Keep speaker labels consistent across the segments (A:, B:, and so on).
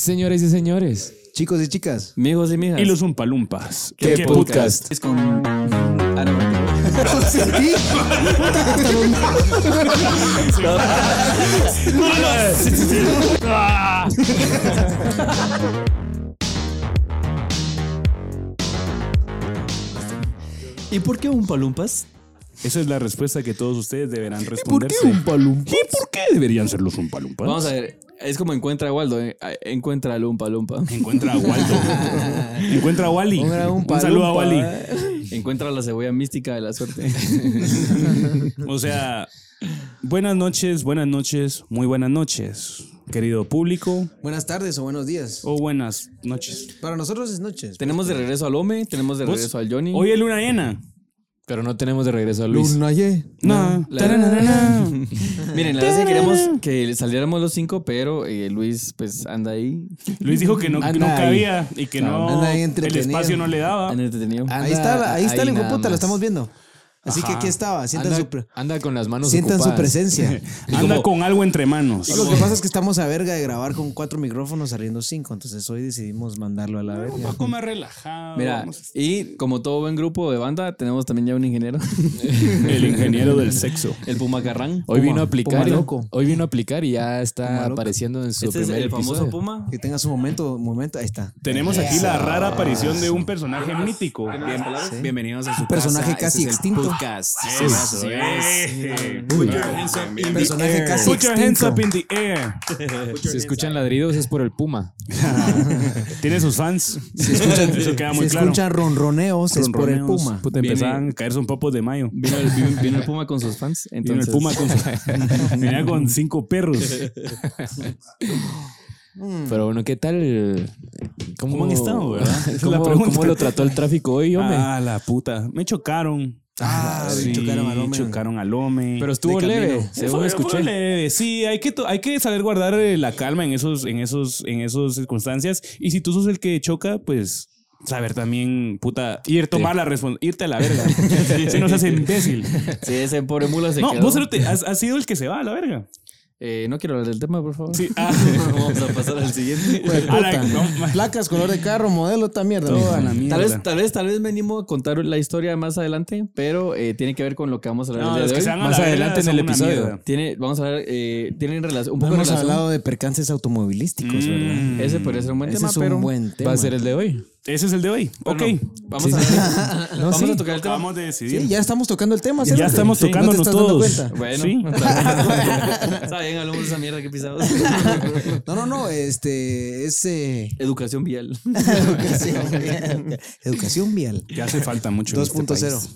A: Señores y señores,
B: Chicos y chicas.
A: amigos y mijas.
C: Y los umpalumpas.
A: ¿Qué, podcast?
B: Es con. Ah, no.
D: ¿Y por qué un palumpas?
C: Esa es la respuesta que todos ustedes deberán
D: ¿Por qué
C: responderse.
D: un palumpas?
C: ¿Y por qué deberían ser los umpalumpas?
D: Vamos a ver, es como encuentra a Waldo, eh, encuentra a Lumpa Lumpa.
C: Encuentra a Waldo. Encuentra a Wally.
A: Ponga un
C: Un, saludo a Wally.
A: palumpa.
D: Encuentra la cebolla mística de la suerte.
C: O sea, buenas noches, buenas noches, muy buenas noches, querido público.
B: Buenas tardes o buenos días.
C: O buenas noches.
B: Para nosotros es noches.
D: tenemos de regreso al Ome, tenemos de
C: Pues,
D: regreso al Johnny.
C: Hoy es luna llena.
A: Pero no tenemos de regreso a Luis.
C: No.
D: La-
C: Taranana.
D: Miren, la verdad es que queríamos que saliéramos los cinco, pero eh, Luis pues anda ahí
C: Luis dijo que no, que no
A: Anda ahí.
C: cabía y que no
B: Anda ahí
C: el
B: entretenido.
C: espacio no le daba.
D: anda entretenido.
A: Ah,
B: ahí está, ahí está
A: ahí
B: el
A: nada
B: encuputa,
A: más.
B: lo estamos viendo. Así que
C: Ajá.
B: aquí estaba. Sientan,
A: Anda,
B: su, pre-
A: anda con las manos
B: sientan su
A: ocupadas.
B: presencia.
C: Anda con algo entre manos.
B: Y lo que pasa es que estamos a verga de grabar con cuatro micrófonos saliendo cinco. Entonces hoy decidimos mandarlo a la verga.
C: Poco más relajado.
D: Mira, y como todo buen grupo de banda, tenemos también ya un ingeniero,
C: el ingeniero del sexo.
D: el Pumacarrán.
A: Hoy vino a aplicar. ¿eh?
B: Puma loco.
A: Hoy vino a aplicar y ya
B: Puma
A: está
B: loco.
A: apareciendo en su
D: Este es
A: primer
D: el famoso
A: episodio.
D: Puma.
B: Que tenga su momento, momento. Ahí está.
C: Tenemos aquí la rara aparición de un personaje mítico.
E: Bienvenidos a su
B: Personaje
E: casa.
B: casi
E: Este es el
B: extinto.
E: podcast.
C: Eso es. Put your hands up in the
B: Personaje
C: air.
B: casi
C: Put your hands
B: extinto.
C: up in the air.
A: Si escuchan ladridos es por el Puma.
C: Tiene sus fans.
B: Si escuchan,
C: Eso queda muy
B: si
C: claro.
B: escuchan ronroneos, es por el
C: Ronroneos.
B: puma.
C: Puta,
D: Viene-
C: empezaban a caerse un popos de mayo.
D: Vino el, vino- vino el Puma con sus fans.
C: Vino
D: Entonces,
C: el puma con su- Venía con cinco perros.
D: Mm.
A: Pero bueno, ¿qué tal?
C: ¿Cómo han estado, verdad? Oh. Esa es la
A: ¿Cómo,
C: pregunta.
A: cómo lo trató el tráfico hoy, hombre?
C: Ah, la puta. Me chocaron.
B: Ah, chocaron al hombre.
C: Chocaron al hombre.
A: Pero
B: de
A: estuvo
B: camino.
A: leve, según
C: Fue-
A: escuché.
C: fue leve. Sí, hay que, to- hay que saber guardar eh, la calma en esos, en esos, en esas circunstancias. Y si tú sos el que choca, pues saber también, puta, ir tomar la respon- irte a la verga. si no seas imbécil.
D: Sí, ese pobre mula se
C: no,
D: quedó.
C: vos cerote, has, has sido el que se va a la verga.
D: Eh, no quiero hablar del tema, por favor.
C: Sí, ah.
D: Vamos a pasar al siguiente.
C: A la- no, ma-
B: Placas, color de carro, modelo, esta mierda.
C: toda la
D: Tal
C: mierda.
D: vez, tal vez, tal vez me animo a contar la historia más adelante, pero eh, tiene que ver con lo que vamos a hablar el
C: No,
D: día
C: los
D: de
C: que
D: hoy.
C: se van a
A: Más
C: la verga
A: adelante en
C: son
A: el
C: una
A: episodio.
C: mierda.
D: Tiene, vamos a hablar, eh, tienen relación, un
B: No
D: poco
B: hemos
D: relación.
B: hablado de percances automovilísticos,
C: Mm,
B: ¿verdad?
D: Ese podría ser un buen
B: Ese
D: tema,
B: es un
D: pero
B: buen tema.
A: Va a ser el de hoy.
C: Ese es el de hoy. ok.
D: Bueno, vamos, a, vamos
A: sí.
D: a tocar el tema.
C: Acabamos de decidir.
B: Sí, ya estamos tocando el tema.
C: ya
B: Cerote.
C: estamos
B: Sí, ¿no te
C: tocándonos
B: estás dando
C: todos.
B: cuenta?
D: Bueno,
C: Sí.
D: está bien, hablamos de esa mierda que pisamos.
B: No, no, no, este, ese...
D: Educación vial.
B: Educación vial. Educación vial.
C: Ya hace falta mucho. en este
B: 2.0.
C: país.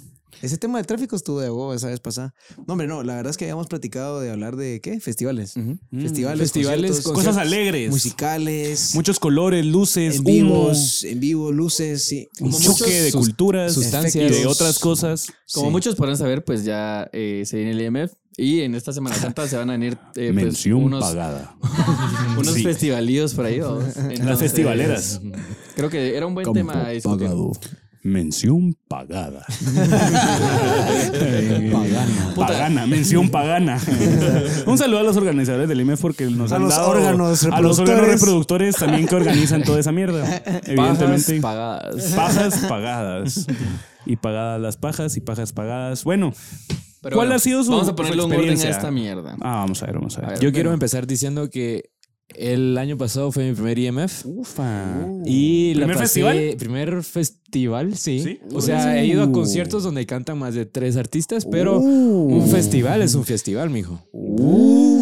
B: Ese tema del tráfico estuvo de agua esa vez pasada. No, hombre, no, la verdad es que habíamos platicado de hablar de ¿qué? Festivales. Festivales,
A: Festivales,
B: conciertos,
C: Mm. Cosas alegres.
B: musicales,
C: Muchos colores, luces,
B: en
C: humos.
B: vivos, en vivo, luces, sí.
C: un
D: Como
C: choque
A: muchos
C: de
A: sus-
C: culturas
A: sustancias.
C: y de otras cosas. eh,
D: Como
B: Sí.
D: muchos podrán saber, pues ya eh, se viene el IMF y en esta Semana Santa se van a venir eh, pues, unos,
C: pagada.
D: unos
C: Sí.
D: festivalillos por ahí. vamos. Entonces,
C: Las festivaleras.
D: Creo que era un buen tema a discutir.
C: Mención pagada.
B: Pagana.
C: Pagana, mención pagana. Un saludo a los organizadores del IMEF porque nos
B: A
C: han
B: los
C: dado
B: órganos
C: a los órganos
B: reproductores.
C: reproductores también que organizan toda esa mierda.
D: Pajas
C: Evidentemente.
D: pagadas.
C: Pajas pagadas. Y pagadas las pajas y pajas pagadas. Bueno,
D: Pero
C: ¿cuál
D: bueno,
C: ha sido su
D: Vamos a ponerle
C: su
D: un orden a
C: experiencia?
D: esta mierda.
C: Ah, vamos a ver, vamos a ver.
D: A ver.
A: Yo quiero empezar diciendo que el año pasado fue mi primer IMF.
C: Ufa.
D: Uh.
A: Y la
C: ¿Primer
A: pasé-
C: festival?
A: Primer festival, sí. Uh.
C: ¿Sí?
A: O sea, he ido a conciertos donde cantan más de tres artistas, pero
D: Uh.
A: un festival es un festival, mijo.
C: Uh.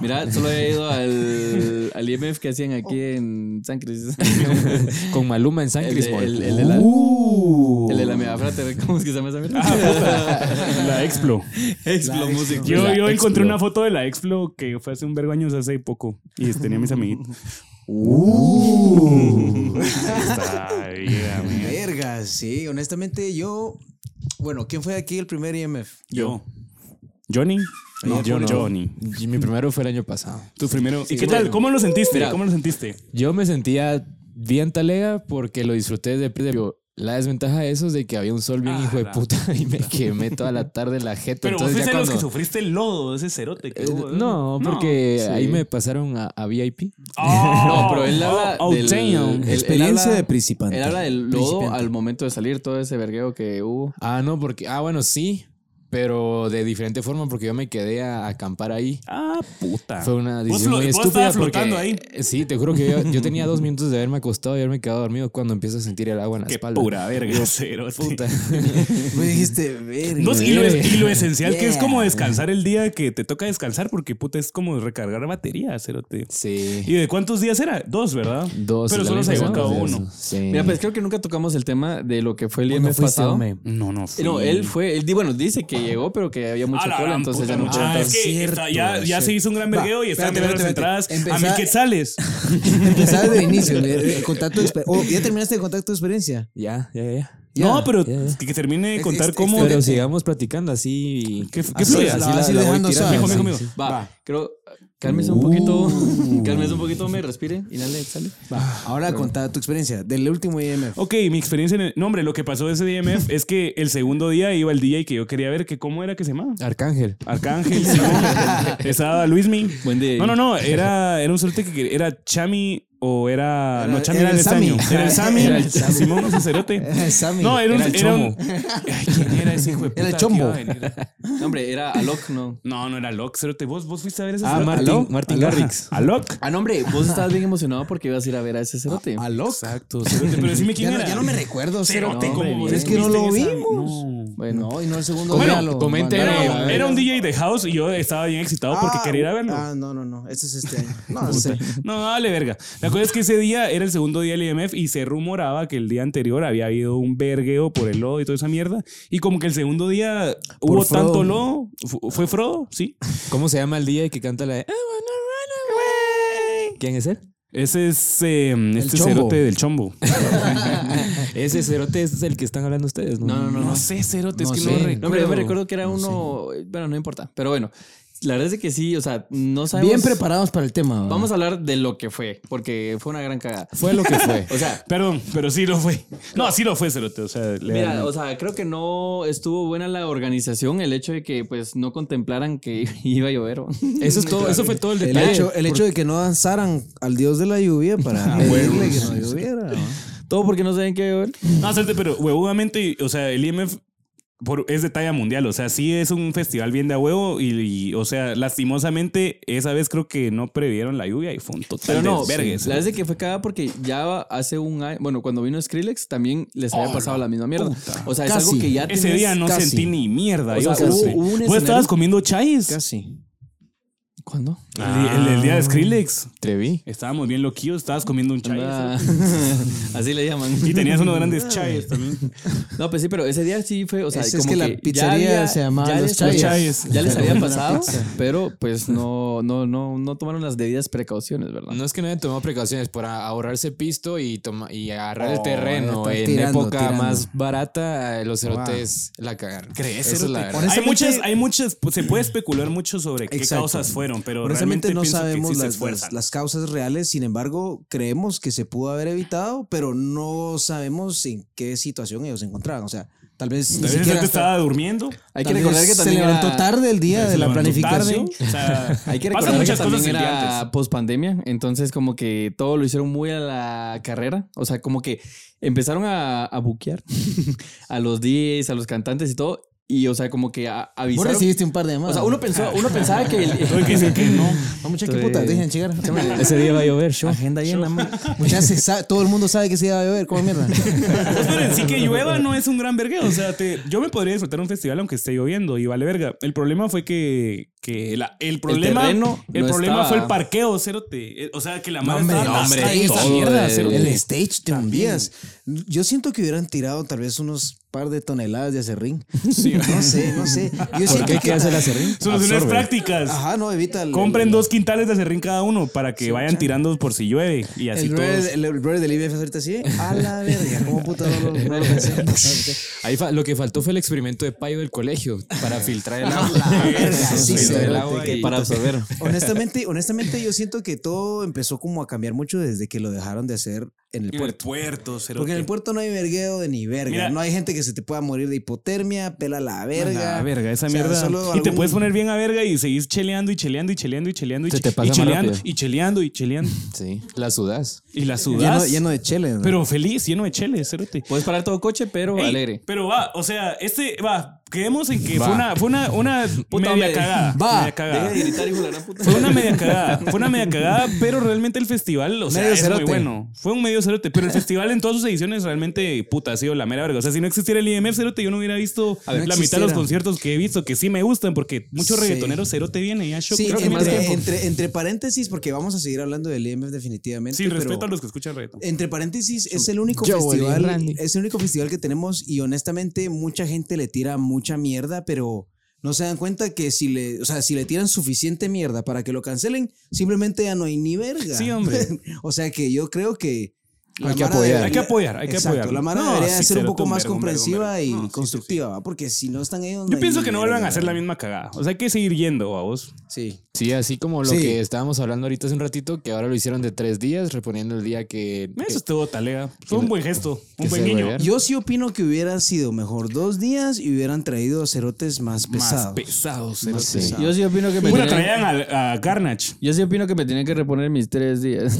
D: Mira, solo he ido al, al IMF que hacían aquí en San Cris.
A: Con Maluma en San
D: El de-
A: Cristóbal.
D: el- el de la-
C: Uh.
D: El de la mega frater, ¿cómo es que se llama esa mierda?
C: Ah, La Explo.
D: Explo Music.
C: Yo,
A: La
C: yo encontré
A: Explo.
C: una foto de la Explo que fue hace un vergo años hace poco y tenía mis amiguitos. Uh. Está bien, amiga.
B: Verga, sí, honestamente yo... Bueno, ¿quién fue aquí el primer E IMF?
C: Yo. ¿Johnny?
A: No, yo no.
C: Johnny.
A: Y mi primero fue el año pasado.
C: Tu primero. ¿Y qué tal? ¿Cómo lo sentiste?
D: Mira.
C: ¿Cómo lo sentiste?
A: Yo me sentía bien talega porque lo disfruté desde el principio. La desventaja de eso es de que había un sol bien
C: Ah,
A: hijo de
C: la
A: puta y me quemé toda la tarde la jeta.
C: Pero vos
A: Entonces,
C: fuiste
A: ya
C: de los que
A: cuando-
C: sufriste el lodo, ese cerote. que
A: Eh,
C: hubo, ¿eh?
A: No, porque
D: sí.
A: ahí me pasaron a, a VIP.
C: Oh,
D: No, pero él habla
C: oh,
D: del-
C: damn.
D: él- él
B: Experiencia
D: habla-
B: de principante.
D: Él habla del lodo
B: Principiante.
D: al momento de salir, todo ese vergueo que hubo.
A: Ah, no, porque. Ah, bueno, sí. Pero de diferente forma, porque yo me quedé a acampar ahí.
C: Ah, puta.
A: Fue una
C: Vos
A: decisión
C: flo-
A: muy
C: vos
A: estúpida.
C: estabas
A: porque-
C: flotando ahí.
A: eh, Sí, te juro que yo, yo tenía dos minutos de haberme acostado y haberme quedado dormido cuando empiezo a sentir el agua en la
C: Qué
A: espalda.
C: pura verga, cerote.
A: Puta.
B: Me dijiste, verga.
C: Vos, y, lo,
A: Yeah.
C: y lo esencial que es
B: Yeah.
C: como descansar el día que te toca descansar, porque puta, es como recargar batería, cerote. ¿Y
A: Sí.
C: de cuántos días era? Dos, ¿verdad?
A: Dos.
C: Pero
A: la
C: solo se
A: misma
C: aguanta
A: semana.
C: uno.
A: Sí.
B: Eh.
D: Mira, pues creo que nunca tocamos el tema de lo que fue el IMF
B: Pues,
D: pasado.
C: No, no. fui.
D: No, él fue, él di- bueno, dice que llegó, pero que había mucha
C: A la
D: cola,
C: gran
D: entonces
C: puta,
D: ya no
C: mucha-
D: pudo
C: Ah,
D: entrar.
C: es que está- ya, ya se hizo un gran
B: Va,
C: vergueo y están
B: espérate,
C: menos las
B: espérate,
C: entradas.
B: espérate.
C: A mí,
B: Empezá-
C: ¿qué sales?
B: Empezaba desde el inicio. de- de contacto de exper- oh, ya terminaste de contar tu experiencia.
A: Ya, ya, ya.
B: Ya,
C: no, pero
A: ya, ya.
C: que que termine de
B: Es- este,
C: contar
B: es-
C: cómo.
A: Pero sigamos platicando así.
C: que, que
A: Así,
C: fluya.
A: así
B: la vas a ir
A: voy
B: Ah, dejando
A: tirando,
B: suave.
C: Mijo,
A: sí,
C: mijo, mijo.
A: sí.
D: Va, creo, cálmese un poquito,
B: Uh.
D: cálmese un poquito, me respire, inhale, exhale.
B: Ahora contá tu experiencia del último E IMF.
C: Ok, mi experiencia en el. No, hombre, lo que pasó ese DMF es que el segundo día iba el DJ que yo quería ver, que cómo era que se llamaba.
A: Arcángel.
C: Arcángel, Simón, estaba Luismi.
D: Buen día.
C: No, no, no, era, era un sorteo que quería- era Chami o era.
B: Era-
C: no, Chami
B: era
C: era,
B: el
C: el
B: Sammy.
C: Estaño. Era el Sammy.
B: Era el Sammy.
C: Simón, no sé, cerote.
B: Sammy.
C: No, era un.
A: Era el
C: era un-
A: Chomo.
C: Ay, ¿Quién era ese hijo de puta
B: Era el
C: que
B: Chombo.
C: iba a venir?
D: No, hombre, era Alok, no.
C: No, no era Locke, cerote. Vos, vos fuiste a ver ese
A: Ah,
C: cerote?
A: Martin,
C: ¿Aló?
A: Martin
C: ¿Aló?
A: Garrix.
C: ¿A Locke?
D: Ah, no, hombre, vos estabas bien emocionado porque ibas a ir a ver a ese cerote.
B: Ah,
C: Exacto, cerote. Pero decime quién
B: Ya no,
C: era.
B: ya no me recuerdo. Cero.
C: Cerote,
D: No,
C: ¿cómo
D: hombre,
C: vos
D: es
B: que no lo
C: viste esa-
B: vimos.
C: No.
D: Bueno,
B: ah, No, y no el segundo.
C: Bueno,
B: día lo
A: comente,
B: mandaron a
C: Era,
B: la
C: era un
B: verga.
C: DJ de house y yo estaba bien excitado porque
B: Ah,
C: quería ir a verlo.
B: Ah, no, no, no. Este es este año. No, sé.
C: No, dale verga. La cosa es que ese día era el segundo día del IMF y se rumoraba que el día anterior había habido un vergueo por el lodo y toda esa mierda. Y como que el segundo día hubo
B: Frodo.
C: tanto lodo. fu- ¿Fue Frodo? Sí.
A: ¿Cómo se llama el día que canta la de I wanna run away? ¿Quién es él?
C: Ese es eh, este
B: chombo.
C: cerote del chombo.
A: Ah, Ese cerote es el que están hablando ustedes, ¿no?
D: no, no, no. no.
C: sé, cerote,
A: No sé.
D: No, hombre, yo me recuerdo que era uno. eh, Bueno, no importa. Pero bueno, la verdad es que sí, o sea, no sabemos.
B: Bien preparados para el tema. ¿va?
D: Vamos a hablar de lo que fue, porque fue una gran cagada.
A: Fue lo que fue.
D: O sea,
C: Perdón, pero sí lo fue. No, sí lo fue, cerote. O sea, le-
D: mira, o sea, creo que no estuvo buena la organización, el hecho de que pues no contemplaran que iba a llover. ¿o?
A: Eso, es todo, eso fue todo el
B: El
A: detalle.
B: hecho, el hecho de que no danzaran al dios de la lluvia para pedirle que no lloviera. ¿va?
D: Todo porque no saben que iba a llover.
C: No, cerote, pero huevudamente, o sea, el IMF. por- es de talla mundial, o sea, sí es un festival bien de a huevo y, y, o sea, lastimosamente esa vez creo que no previeron la lluvia y fue un total
D: Pero no,
C: desvergue,
D: la verdad es que fue cagada porque ya hace un año, bueno, cuando vino Skrillex también les había pasado la misma mierda. O sea, es
B: Casi.
D: algo que ya
C: Ese
D: tienes
C: día no
B: casi.
C: sentí ni mierda.
D: O
C: yo,
D: sea, hubo-
C: cerote.
D: hubo un
C: ¿Vos
D: escenario-
C: estabas comiendo chais?
B: Casi.
D: ¿Cuándo?
C: El, el- el día de Skrillex.
A: Trevi.
C: Estábamos bien loquillos, estabas comiendo un chais.
D: Anda-
C: cerote.
D: Así le llaman.
C: Y tenías unos grandes chais también.
D: No, pues sí, pero ese día sí fue, o sea,
B: Es- es
D: como
B: que la
D: ya
B: pizzería
D: había-
B: se llamaba
D: ya
B: Los
D: les había-
C: Chayes.
D: Ya les había
B: Una
D: pasado,
B: pizza.
D: pero pues no, no, no, no tomaron las debidas precauciones, ¿verdad?
A: No es que no hayan tomado precauciones por a- ahorrarse pisto y, toma, y agarrar el
B: Oh,
A: terreno.
B: están
A: En
B: tirando,
A: época
B: tirando.
A: más barata, eh, los cerotes la cagaron.
C: ¿Crees?
A: Eso es la verdad.
C: Hay
B: Honestamente-
C: muchas, hay muchas, pues, se puede especular mucho sobre qué
B: Exacto.
C: causas fueron, pero realmente
B: Honestamente no
C: pienso que
B: sabemos
C: sí se
B: las,
C: esfuerzan.
B: las, las causas reales, sin embargo, creemos que se pudo haber evitado, pero no sabemos en qué situación ellos se encontraban. O sea, tal vez ni
C: Tal vez
B: siquiera
C: gente
B: hasta-
C: estaba durmiendo.
D: Hay que
B: tal vez
D: recordar que también
B: se levantó
D: era-
B: tarde el día de
C: se
B: la
C: levantó
B: planificación.
C: tarde, o sea,
D: Hay que recordar
C: pasan
D: que
C: muchas cosas
D: también
C: el día antes.
D: era post pandemia, entonces como que todo lo hicieron muy a la carrera, o sea, como que empezaron a, a buquear a los DJs, a los cantantes y todo, y o sea, como que a-
B: Vos
D: avisaron.
B: recibiste un par de
D: O
B: llamadas.
D: sea, uno pensó, uno pensaba que el,
C: Todo el que dice que no.
B: Ah, mucha, qué puta, dejen llegar.
A: Ese día va a llover, yo.
D: agenda llena. man.
B: Mucha, se sabe- todo el mundo sabe que se iba a beber, ¿cómo mierda?
C: Pues, pero en sí que llueva no es un gran vergueo. O sea, te- yo me podría disfrutar un festival aunque esté lloviendo y vale verga. El problema fue que, que la- el problema, el,
D: terreno no
C: problema
D: estaba.
C: fue el parqueo, cerote. Eh, O sea, que la
B: No,
C: madre
B: hombre,
C: estaba
A: hombre,
C: atascada en esa
A: todo
C: mierda,
A: de-
C: cerote.
B: El stage te envías. Yo siento que hubieran tirado tal vez unos par de toneladas de acerrín. no sé, no sé. Yo
A: ¿Por
B: siento
A: qué?
B: que
A: ¿Qué hace la serrín?
C: Soluciones
A: Absorbe.
C: prácticas.
B: Ajá, Ah, no, evita el.
C: Compren
B: el-
C: dos quintales de acerrín cada uno para que vayan
B: chale.
C: tirando por si llueve y así
B: El brother,
C: todos.
B: el, el brother del IBF ahorita sí. A la verga, ¿cómo puta no lo, no lo pensé?
A: Ahí fa- lo que faltó fue el experimento de payo del colegio para filtrar el agua.
B: A la verga, sí,
C: Sí,
D: absorber
A: el
D: el
A: agua
D: agua
A: y-
D: para absorber.
B: Honestamente, honestamente, yo siento que todo empezó como a cambiar mucho desde que lo dejaron de hacer en el
C: En el
B: puerto.
C: puerto, cerote.
B: Porque en el puerto no hay vergueo de ni verga.
C: Mira.
B: no hay gente que se te pueda morir de hipotermia, pela la
C: A
B: verga.
C: La verga, esa
B: O sea,
C: mierda.
B: solo
C: y te
B: algún-
C: puedes poner bien a verga y seguís cheleando y cheleando y cheleando y cheleando y,
D: Se
C: che-
D: te pasa
C: y
D: más
C: cheleando
D: rápido.
C: y cheleando y cheleando.
D: Sí.
A: La sudás.
C: Y la
B: Lleno,
C: sudás.
B: lleno de chele. ¿no?
C: Pero feliz, lleno de chele, cerote.
D: Puedes parar todo coche, pero
C: Ey,
D: alegre.
C: Pero va, o sea, este va, quedemos en que
A: Va.
C: fue una, fue una, una
D: Puta,
C: media
D: hombre.
C: cagada.
B: Va.
C: media cagada.
D: gritar, hijo de la gran puta.
C: Fue una media cagada, fue una media cagada, pero realmente el festival, o sea,
B: Medio
C: es
B: cerote.
C: muy bueno. Fue un medio cerote, pero el festival en todas sus ediciones realmente, puta, ha sido la mera verga. O sea, si no existiera el IMF cerote, yo no hubiera visto
B: A ver,
C: la
B: no
C: mitad de los
B: existiera.
C: conciertos que he visto, que sí me gustan, porque muchos
B: Sí.
C: reggaetoneros cerote vienen ya yo
B: sí,
C: creo que más
B: entre,
C: tiempo.
B: entre, entre paréntesis, porque vamos a seguir hablando del IMF definitivamente.
C: Sin
B: pero-
C: respeto a los que escuchan reggaeton.
B: Entre paréntesis, es el único
A: Yo,
B: festival.
A: Willy Randy.
B: Es el único festival que tenemos y honestamente mucha gente le tira mucha mierda, pero no se dan cuenta que si le, o sea, si le tiran suficiente mierda para que lo cancelen, simplemente ya no hay ni verga.
C: Sí, hombre.
B: o sea que yo creo que la
A: Hay que
B: mara
A: apoyar.
B: debería-
C: Hay que apoyar, hay que
B: Exacto,
C: apoyar.
B: La mara
C: No,
B: debería
C: sí,
B: ser un
C: cerote,
B: poco
C: un
B: más
C: vergo, un vergo, un
B: comprensiva
C: vergo.
B: y
C: No, sí, sí,
B: constructiva, ¿va? porque si no están ellos.
C: Yo
B: hay
C: pienso
B: ni
C: que no
B: verga,
C: vuelvan a hacer la
B: ¿verdad?
C: misma cagada. O sea, hay que seguir yendo a vos.
B: Sí.
A: Sí, así como lo
B: Sí.
A: que estábamos hablando ahorita hace un ratito, que ahora lo hicieron de tres días, reponiendo el día que. que-
C: Eso estuvo talega. Fue un buen gesto, un
A: que
C: buen
A: se
C: guiño.
A: huevea.
B: Yo sí opino que hubiera sido mejor dos días y hubieran traído cerotes más
C: Más
B: pesados.
C: pesados.
B: Más
C: cerote.
B: pesados.
D: Yo sí opino que me
C: Puta,
D: tienen-
C: traían al- a Carnage.
D: Yo sí opino que me tenía que reponer mis tres días.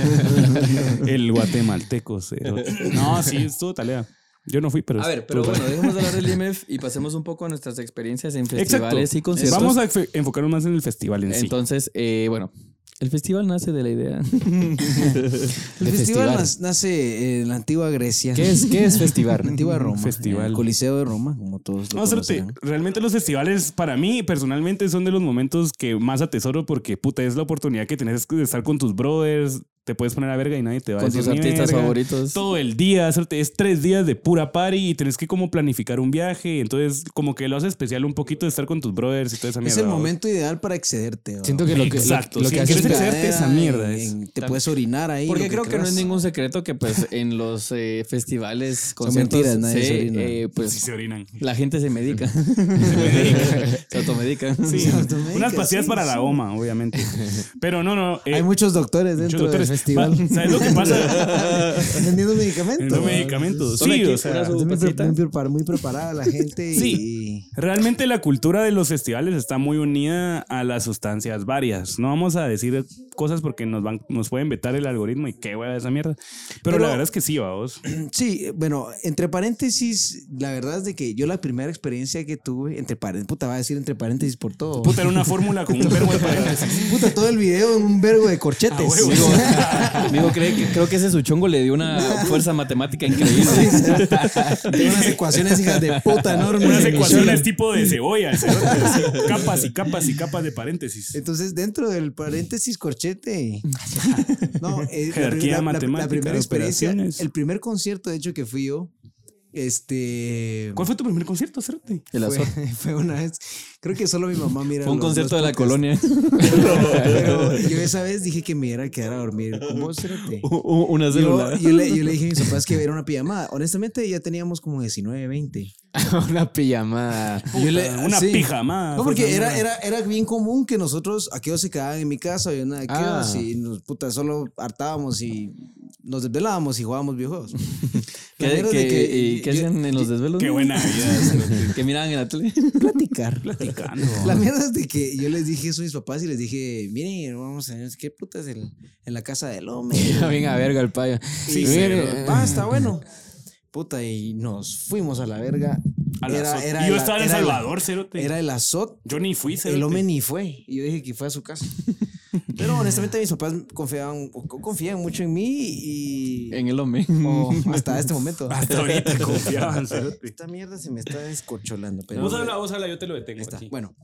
C: El guatemalteco cero. No, sí, estuvo tarea. Yo no fui, pero.
D: A ver, pero
C: estuvo
D: bueno,
C: tarea.
D: dejemos de hablar del IMF y pasemos un poco a nuestras experiencias en festivales y conciertos.
C: Vamos a enf- enfocarnos más en el festival en sí.
D: Entonces, eh, bueno, el festival nace de la idea.
B: El
A: de
B: festival,
A: festivar.
B: nas- nace en la antigua Grecia.
A: ¿Qué es, ¿Qué es festivar?
B: La antigua Roma.
C: Festival.
B: El Coliseo de Roma, como todos lo
C: No, cerote,
B: conocerán.
C: realmente los festivales para mí personalmente son de los momentos que más atesoro porque puta es la oportunidad que tienes de estar con tus brothers, te puedes poner a verga y nadie te va a
D: Con
C: decir
D: tus
C: ni
D: artistas
C: verga.
D: favoritos.
C: Todo el día, cerote, es tres días de pura party y tenés que como planificar un viaje, entonces como que lo hace especial un poquito de estar con tus brothers y toda esa mierda.
B: Es el
C: ¿vos?
B: momento ideal para excederte. ¿va?
A: Siento que lo que, lo-
C: Exacto,
A: lo,
C: sí,
A: que
C: que
A: hace
C: es
A: es
C: excedente.
A: que
B: Cadera,
C: esa mierda es-
B: en- te puedes orinar ahí.
D: Porque
B: lo
D: creo que no es
B: creas.
D: ningún secreto que pues en los eh, festivales, conciertos,
B: mentiras, nadie
D: se,
B: se orina.
D: eh,
C: Sí,
D: pues
C: se orinan.
D: la gente se medica. se medica. Se automedica.
C: Sí,
B: Automedica,
C: unas pastillas
B: sí,
C: para la
B: sí.
C: goma, obviamente. Pero no, no. eh,
B: Hay muchos doctores
C: muchos
B: dentro
C: doctores.
B: del festival.
C: Va, ¿Sabes lo que pasa?
B: Vendiendo medicamentos.
C: Los medicamentos.
D: Solo
C: Sí,
D: aquí
C: o sea,
D: fuera
B: Está
D: su
B: muy, pre-
D: pasita.
B: muy prepar- muy preparada la gente.
C: Sí.
B: sí.
C: Realmente la cultura de los festivales está muy unida a las sustancias varias. No vamos a decir cosas porque nos van, nos pueden vetar el algoritmo y qué hueva esa mierda. Pero,
B: Pero-
C: la verdad es que sí, vamos.
B: Y, sí, bueno, entre paréntesis, la verdad es de que yo la primera experiencia que tuve, entre paréntesis, puta, va a decir entre paréntesis por todo.
C: Puta, era una fórmula con un verbo de paréntesis.
B: Puta, todo el video en un vergo de corchetes.
C: Ah, huevo.
B: Digo,
D: Amigo, cree que- creo que ese suchongo le dio una fuerza matemática increíble.
B: Tengo unas ecuaciones hijas de puta enormes.
C: Unas
B: en mi
C: ecuaciones
B: show.
C: tipo de cebolla, cerote, así, capas y capas y capas de paréntesis.
B: Entonces, dentro del paréntesis corchete. No, eh, la,
C: Jerarquía
B: prim- la- la- la
C: matemática
B: primera
C: de
B: experiencia,
C: operaciones.
B: el primer concierto, de hecho, que fui yo, este.
C: ¿Cuál fue tu primer concierto, Cerote?
D: El
B: fue,
D: azor.
B: fue una vez. Creo que solo mi mamá mira.
D: Fue un
B: los-
D: concierto
B: los
D: de la
B: podcasts.
D: colonia.
B: Pero yo esa vez dije que me iba a quedar a dormir con vos, Cerote.
D: Una
B: Yo,
D: célula.
B: yo le, yo le dije a mis papás que era una pijamada. Honestamente, ya teníamos como 19, 20.
A: una pijamada.
B: Yo le-
C: Una
B: sí.
C: pijamada.
B: No,
C: Ah, fue
B: porque
C: esa
B: era,
C: mierda.
B: era, era bien común que nosotros aquellos se quedaban en mi casa y una aquellos
A: Ah.
B: y nos puta, solo hartábamos y nos desvelábamos y jugábamos videojuegos. La
D: ¿Qué,
B: mierda
D: qué-
B: de que-
D: y qué
B: yo-
D: hacían en los desvelos?
C: Qué buena vida, Cerote.
D: Que miraban en la tele.
B: Platicar.
C: Platicando.
B: La mierda es de que yo les dije eso a mis papás y les dije, miren, vamos a ver qué putas el- en la casa del hombre.
A: Venga, verga, el payo.
B: Sí,
A: Mire,
B: pero,
A: eh,
B: ah, está bueno. Puta, y nos fuimos a la verga.
C: A la azot.
B: el-
C: y yo estaba en El
B: era
C: Salvador, cerote.
B: Era el azot.
C: yo ni fui, cerote.
B: El hombre ni fue. Y yo dije que fue a su casa. Pero honestamente mis papás confiaban, o co- confían mucho en mí y...
D: En el hombre.
B: o hasta este momento.
C: Hasta ahorita confiaban, cerote.
B: Esta mierda se me está descorcholando. Pero
C: Vos habla, vos habla, yo te lo detengo.
B: Está.
C: aquí.
B: Bueno,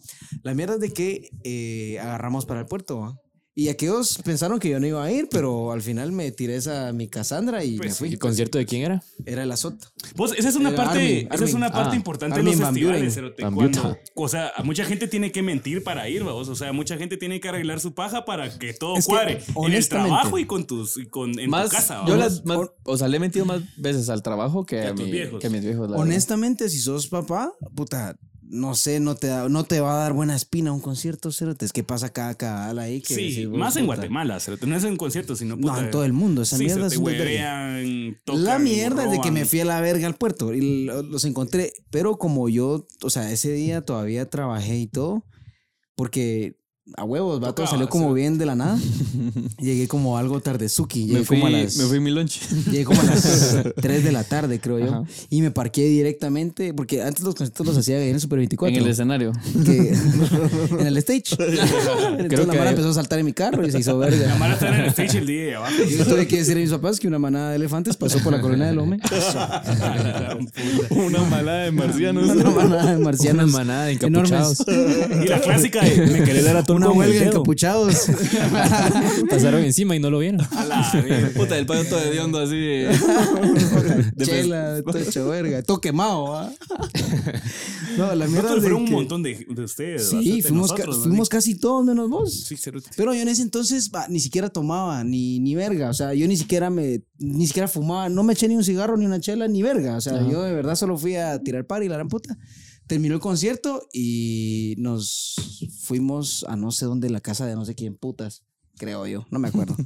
B: la mierda es de que eh, agarramos para el puerto, ¿va? Y aquellos pensaron que yo no iba a ir, pero al final me tiré esa mi Cassandra y
C: Pues
B: me fui.
A: ¿El concierto de quién era?
B: Era el azot.
C: Vos, esa es una
B: Era
C: parte,
B: Eh, Armin,
C: esa es
B: Armin.
C: una parte
A: Ah,
C: importante
B: Armin
C: de los
B: Van Buren.
C: festivales, cerote.
A: Van
C: Cuando-
A: Buren.
C: o sea, a mucha gente tiene que mentir para ir, vamos. O sea, mucha gente tiene que arreglar su paja para que todo
B: Es que,
C: cuadre. en el
B: honestamente-
C: trabajo y con tus, y con, en
D: más,
C: tu casa,
D: yo
C: vamos.
D: las, más- o sea, le he mentido más veces al trabajo que
C: Que
D: a,
C: a tus
D: mi-
C: viejos.
D: que a mis viejos. la verdad.
B: Honestamente, si sos papá, puta, no sé, no te, da- no te va a dar buena espina un concierto, Cerote. Es que pasa cada cabal ahí. Que
C: Sí,
B: decís vos,
C: más en
B: puta.
C: Guatemala, cerote. no es en conciertos, sino
B: No,
C: puta,
B: en todo el mundo. Esa
C: sí,
B: mierda
C: se
B: es
C: te
B: un desvergue.
C: huevean,
B: La
C: tocan,
B: mierda es de que
C: roban.
B: me fui a la verga al puerto y lo- los encontré. Pero como yo, o sea, ese día todavía trabajé y todo, porque a huevos, vato,
C: Tocaba,
B: salió como
C: sí.
B: bien de la nada. Llegué como algo tardezuki. Llegué
D: Me fui,
B: como a las,
D: me fui mi lunch.
B: llegué como a las 3 de la tarde, creo yo.
D: Ajá.
B: Y me parqué directamente, porque antes los conciertos los hacía en el Super 24.
D: En el escenario.
B: que- en el stage. Entonces la
D: que-
B: mara empezó a saltar en mi carro y se hizo
C: La
B: verga.
C: mala está en el stage el día de abajo.
B: Y yo tuve que decir a mis papás que una manada de elefantes pasó por la colonia del hombre.
D: Una malada de marcianos.
B: Una manada de
A: Una
B: marcianos.
A: manada de encapuchados.
C: Y la clásica de me querés dar a tu
B: Una huelga de encapuchados.
A: Pasaron encima y no lo vieron.
D: Puta, el payo todo de hondo así de.
B: Chela, todo hecho verga. Todo quemado, ¿va? No, la mierda
C: Nosotros
B: es de
C: fueron un
B: que-
C: montón de, de ustedes.
B: Sí,
C: bastante
B: fuimos, ca-
C: nosotros, ¿no?
B: fuimos casi todos menos vos.
C: Sí, cerote.
B: Pero yo en ese entonces va, ni siquiera tomaba, ni, ni verga. O sea, yo ni siquiera me, ni siquiera fumaba, no me eché ni un cigarro, ni una chela, ni verga. O sea, yo de verdad solo fui a tirar par y la gran puta. Terminó el concierto y nos fuimos a no sé dónde, la casa de no sé quién putas. Creo yo, no me acuerdo.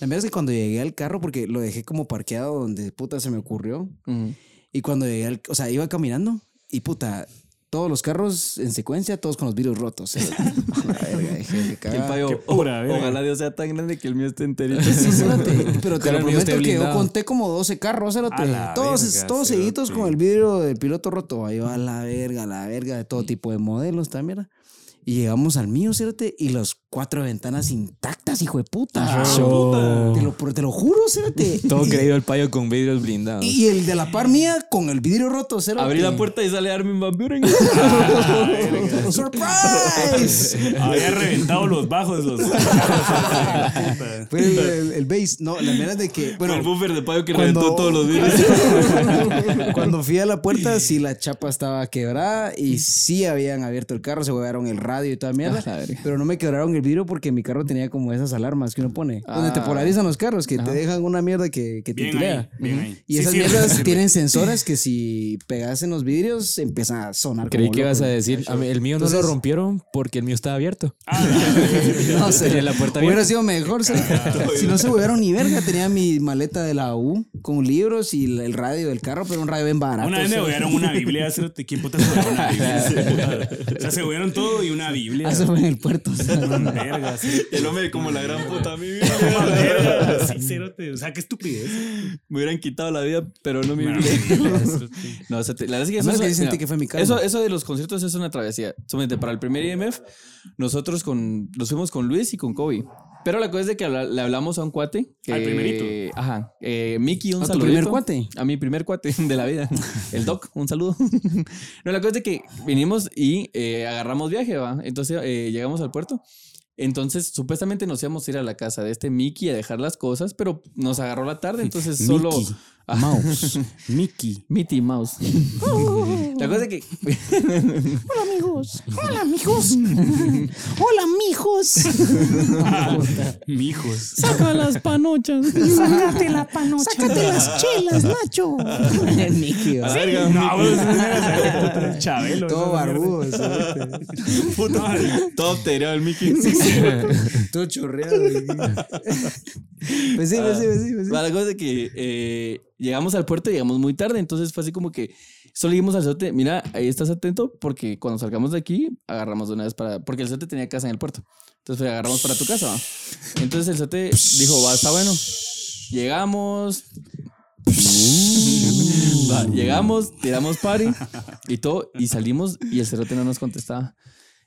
B: La verdad es que cuando llegué al carro, porque lo dejé como parqueado donde puta se me ocurrió,
D: Ujú.
B: y cuando llegué al, o sea, iba caminando y puta, todos los carros en secuencia, todos con los vidrios rotos. La verga, dije, "Qué
D: Que el
B: cagada".
D: payo,
C: Qué pura,
D: "Oh,
C: verga".
D: ojalá Dios sea tan grande que el mío esté enterito.
B: Sí, cerote, Pero te
A: Pero
B: lo
A: el mío esté
B: prometo que yo
A: blindado.
B: conté como 12 carros, cerote.
C: A la
B: Todos,
C: verga,
B: todos
C: cerote.
B: seguiditos con el vidrio del piloto roto. Ahí va la verga, la verga de todo tipo de modelos también. Y llegamos al mío, cerote, y las cuatro ventanas intactas, hijo de puta.
A: Show.
B: Te lo, pro- te lo juro, cerote.
A: Todo
B: Y-
A: creído el payo con vidrios blindados.
B: Y el de la par mía con el vidrio roto, cerote.
D: Abrí la puerta y sale Armin Van Buren.
B: ¡Surprise!
C: Había reventado los bajos. Los... Puta.
B: Fue el, el, el bass. No, la verdad es de que.
D: Bueno, el
B: Bueno,
D: buffer de payo que
B: cuando-
D: reventó todos los vidrios.
B: Cuando fui a la puerta, sí la chapa estaba quebrada y sí habían abierto el carro, se huevaron el radio y toda mierda.
D: Ah, la verga.
B: pero no me quebraron el vidrio porque mi carro tenía como esas alarmas que uno pone. Donde te
D: Ah.
B: polarizan los carros, que te dejan una mierda que, que te
C: Bien
B: tirea.
C: ahí, bien ahí.
B: Y
C: Sí,
B: esas
C: sí,
B: mierdas
C: sí.
B: tienen sensores que si pegas en los vidrios empiezan a sonar.
A: Creí
B: como
A: que
B: loco.
A: ibas a decir, a mí- el mío no lo
B: Entonces-
A: rompieron porque el mío estaba abierto.
C: Ah,
B: No sé.
A: Tenía la puerta
B: Hubiera
A: abierta.
B: sido mejor. sí. Si no se huevieron ni verga, tenía mi maleta de la U con libros y el radio del carro, pero un radio bien barato.
C: Una vez me
B: sí.
C: huyeron una Biblia. cerote. ¿Quién puta se hueveó una Biblia? O sea, se huyeron todo y una Biblia.
B: Ah, eso fue en el puerto. sí.
C: Verga, sí.
D: El hombre como la gran puta a mí.
C: Verga, sí, cerote. O sea, qué estupidez.
D: Me hubieran quitado la vida, pero no mi
C: Bueno,
D: vida.
C: sí.
D: No, o sea, te- la verdad es que
B: A
D: eso,
B: menos que
D: es-
B: yo sentí
D: mira,
B: que fue mi karma.
D: Eso, eso de los conciertos es una travesía. Solamente para el primer IMF, nosotros con, nos fuimos con Luis y con Kobe. Pero la cosa es de que habla- le hablamos a un cuate. Que,
C: Al primerito.
D: Ajá. Eh, Mickey, un
B: ¿A tu
D: saludito.
B: primer cuate?
D: A mi primer cuate de la vida. El Doc, un saludo. No, la cosa es de que vinimos y eh, agarramos viaje, ¿va? Entonces eh, llegamos al puerto. Entonces, supuestamente nos íbamos a ir a la casa de este Mickey a dejar las cosas, pero nos agarró la tarde, entonces solo...
C: Mickey
D: Ah.
C: Mouse. Mickey.
D: Mitty Mouse. La cosa es que
E: Oh, Hola amigos, hola amigos, hola mijos,
C: Mijos.
E: saca las panochas, sácate la panocha, sácate las chelas, Nacho.
B: Mickey, ¿va?
C: No, vos, Chabelo.
B: Todo
C: esa mierda.
B: barbudo, cerote.
C: Puta,
D: todo tereado el Mickey.
B: todo chorreado. güey. Pues sí, pues sí, pues sí, pues sí.
D: La cosa es que eh, llegamos al puerto y llegamos muy tarde, entonces fue así como que solo dijimos al cerote, mira, ahí estás atento porque cuando salgamos de aquí agarramos de una vez para... Porque el cerote tenía casa en el puerto. Entonces pues, agarramos para tu casa. ¿va? Entonces el cerote dijo, va, está bueno. Llegamos, Va, llegamos, tiramos party y todo, y salimos y el cerote no nos contestaba.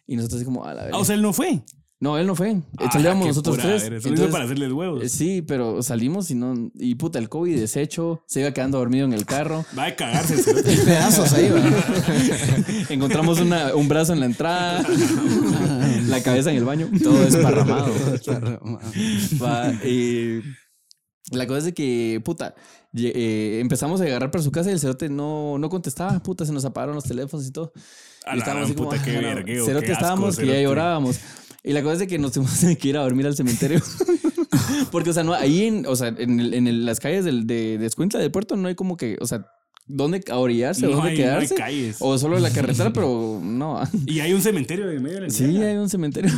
D: Y nosotros así como, a la
C: Ah,
D: verga.
C: o sea, él no fue.
D: no, él no fue.
C: Ah,
D: Salíamos
C: qué
D: nosotros
C: pura,
D: tres.
C: verga. Solo hizo
D: Entonces,
C: para hacerles
D: eh,
A: Pues,
C: huevos.
D: sí, pero salimos y no. Y puta, el COVID deshecho, se iba quedando dormido en el carro.
C: Va a cagarse. cerote.
B: Pedazos ahí, ¿va?
D: Encontramos una- un brazo en la entrada, la cabeza en el baño.
A: Todo desparramado.
D: Va, eh, la cosa es de que, puta, lle- eh, empezamos a agarrar para su casa y el cerote no, no contestaba. Puta, se nos apagaron los teléfonos y todo.
C: A
D: Y
C: la
D: estábamos
C: gran
D: así como,
C: puta, qué
D: "Ah, no".
C: vergueo,
D: Cerote
C: qué asco,
D: estábamos que ya
C: cerote.
D: llorábamos. Y la cosa es de que nos tuvimos que ir a dormir al cementerio. Porque, o sea, no, ahí en, o sea, en, el- en el- las calles del, de, de Escuintla, del puerto, no hay como que, o sea, dónde a orillarse,
C: No
D: dónde
C: hay- no hay
D: quedarse.
C: calles.
D: O solo la carretera, pero no.
C: Y hay un cementerio en medio de la
D: Sí,
C: mierda.
D: hay un cementerio.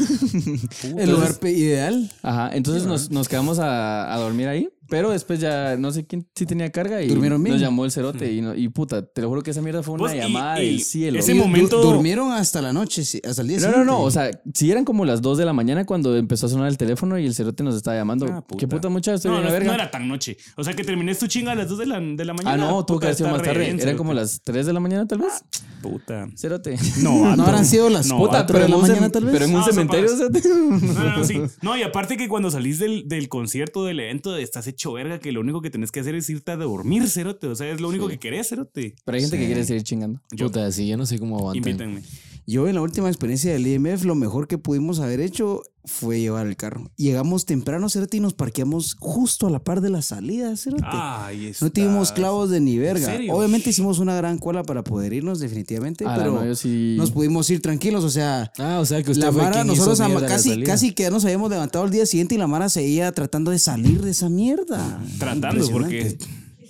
B: El lugar pe- ideal.
D: Ajá, entonces nos, nos quedamos a, a dormir ahí, pero después ya no sé quién sí tenía carga y
B: ¿Durmieron bien?
D: nos llamó el cerote y, no- y puta, te lo juro que esa mierda fue una
C: Vos, Hmm. Pues, y-
D: llamada
C: y
D: del cielo.
C: ese
B: Du-
C: momento-
B: durmieron hasta la noche, sí, hasta el día
D: No, no,
B: siguiente.
D: no, o sea, si eran como las 2 de la mañana cuando empezó a sonar el teléfono y el cerote nos estaba llamando.
C: Ah, puta.
D: ¿Qué puta mucha estoy
C: No,
D: bien
C: no,
D: a verga?
C: no era tan noche. O sea, que terminé tu chinga a las 2 de la, de la
D: ah,
C: mañana.
D: no, tuvo
C: Puta,
D: que haber sido
C: está
D: más
C: re
D: tarde.
C: bien,
D: eran
C: cerote.
D: como las 3 de la mañana tal vez.
C: Puta.
D: Cerote.
C: No, vato.
B: No habrán sido las
C: No,
D: Puta,
C: vato.
D: pero, en
B: la
D: un,
B: mañana,
D: cem-
B: tal vez.
D: pero en un
C: Ah, son
D: cementerio,
C: pagas.
D: cerote.
C: No, no, no, sí. No, y aparte que cuando salís del, del concierto, del evento, estás hecho verga, que lo único que tenés que hacer es irte a dormir, cerote. O sea, es lo único que querés, cerote.
D: Pero hay gente que quiere seguir chingando.
C: Yo-
A: Puta, sí, yo no sé cómo aguantan.
C: Invítenme.
B: Yo en la última experiencia del IMF, lo mejor que pudimos haber hecho fue llevar el carro. Llegamos temprano, Cerote, y nos parqueamos justo a la par de la salida, Cerote.
C: Ay,
B: no tuvimos
C: Ah, estás.
B: clavos de ni verga.
C: serio?
B: Obviamente hicimos una gran cola para poder irnos, definitivamente,
D: Ah,
B: pero
D: no, yo sí-
B: nos pudimos ir tranquilos. O sea,
A: Ah, o sea que usted
B: la
A: fue
B: Mara,
A: quien hizo
B: nosotros ama-
A: mierda la
B: casi,
A: salida.
B: casi que ya nos habíamos levantado el día siguiente y la Mara seguía tratando de salir de esa mierda.
C: Tratando, porque.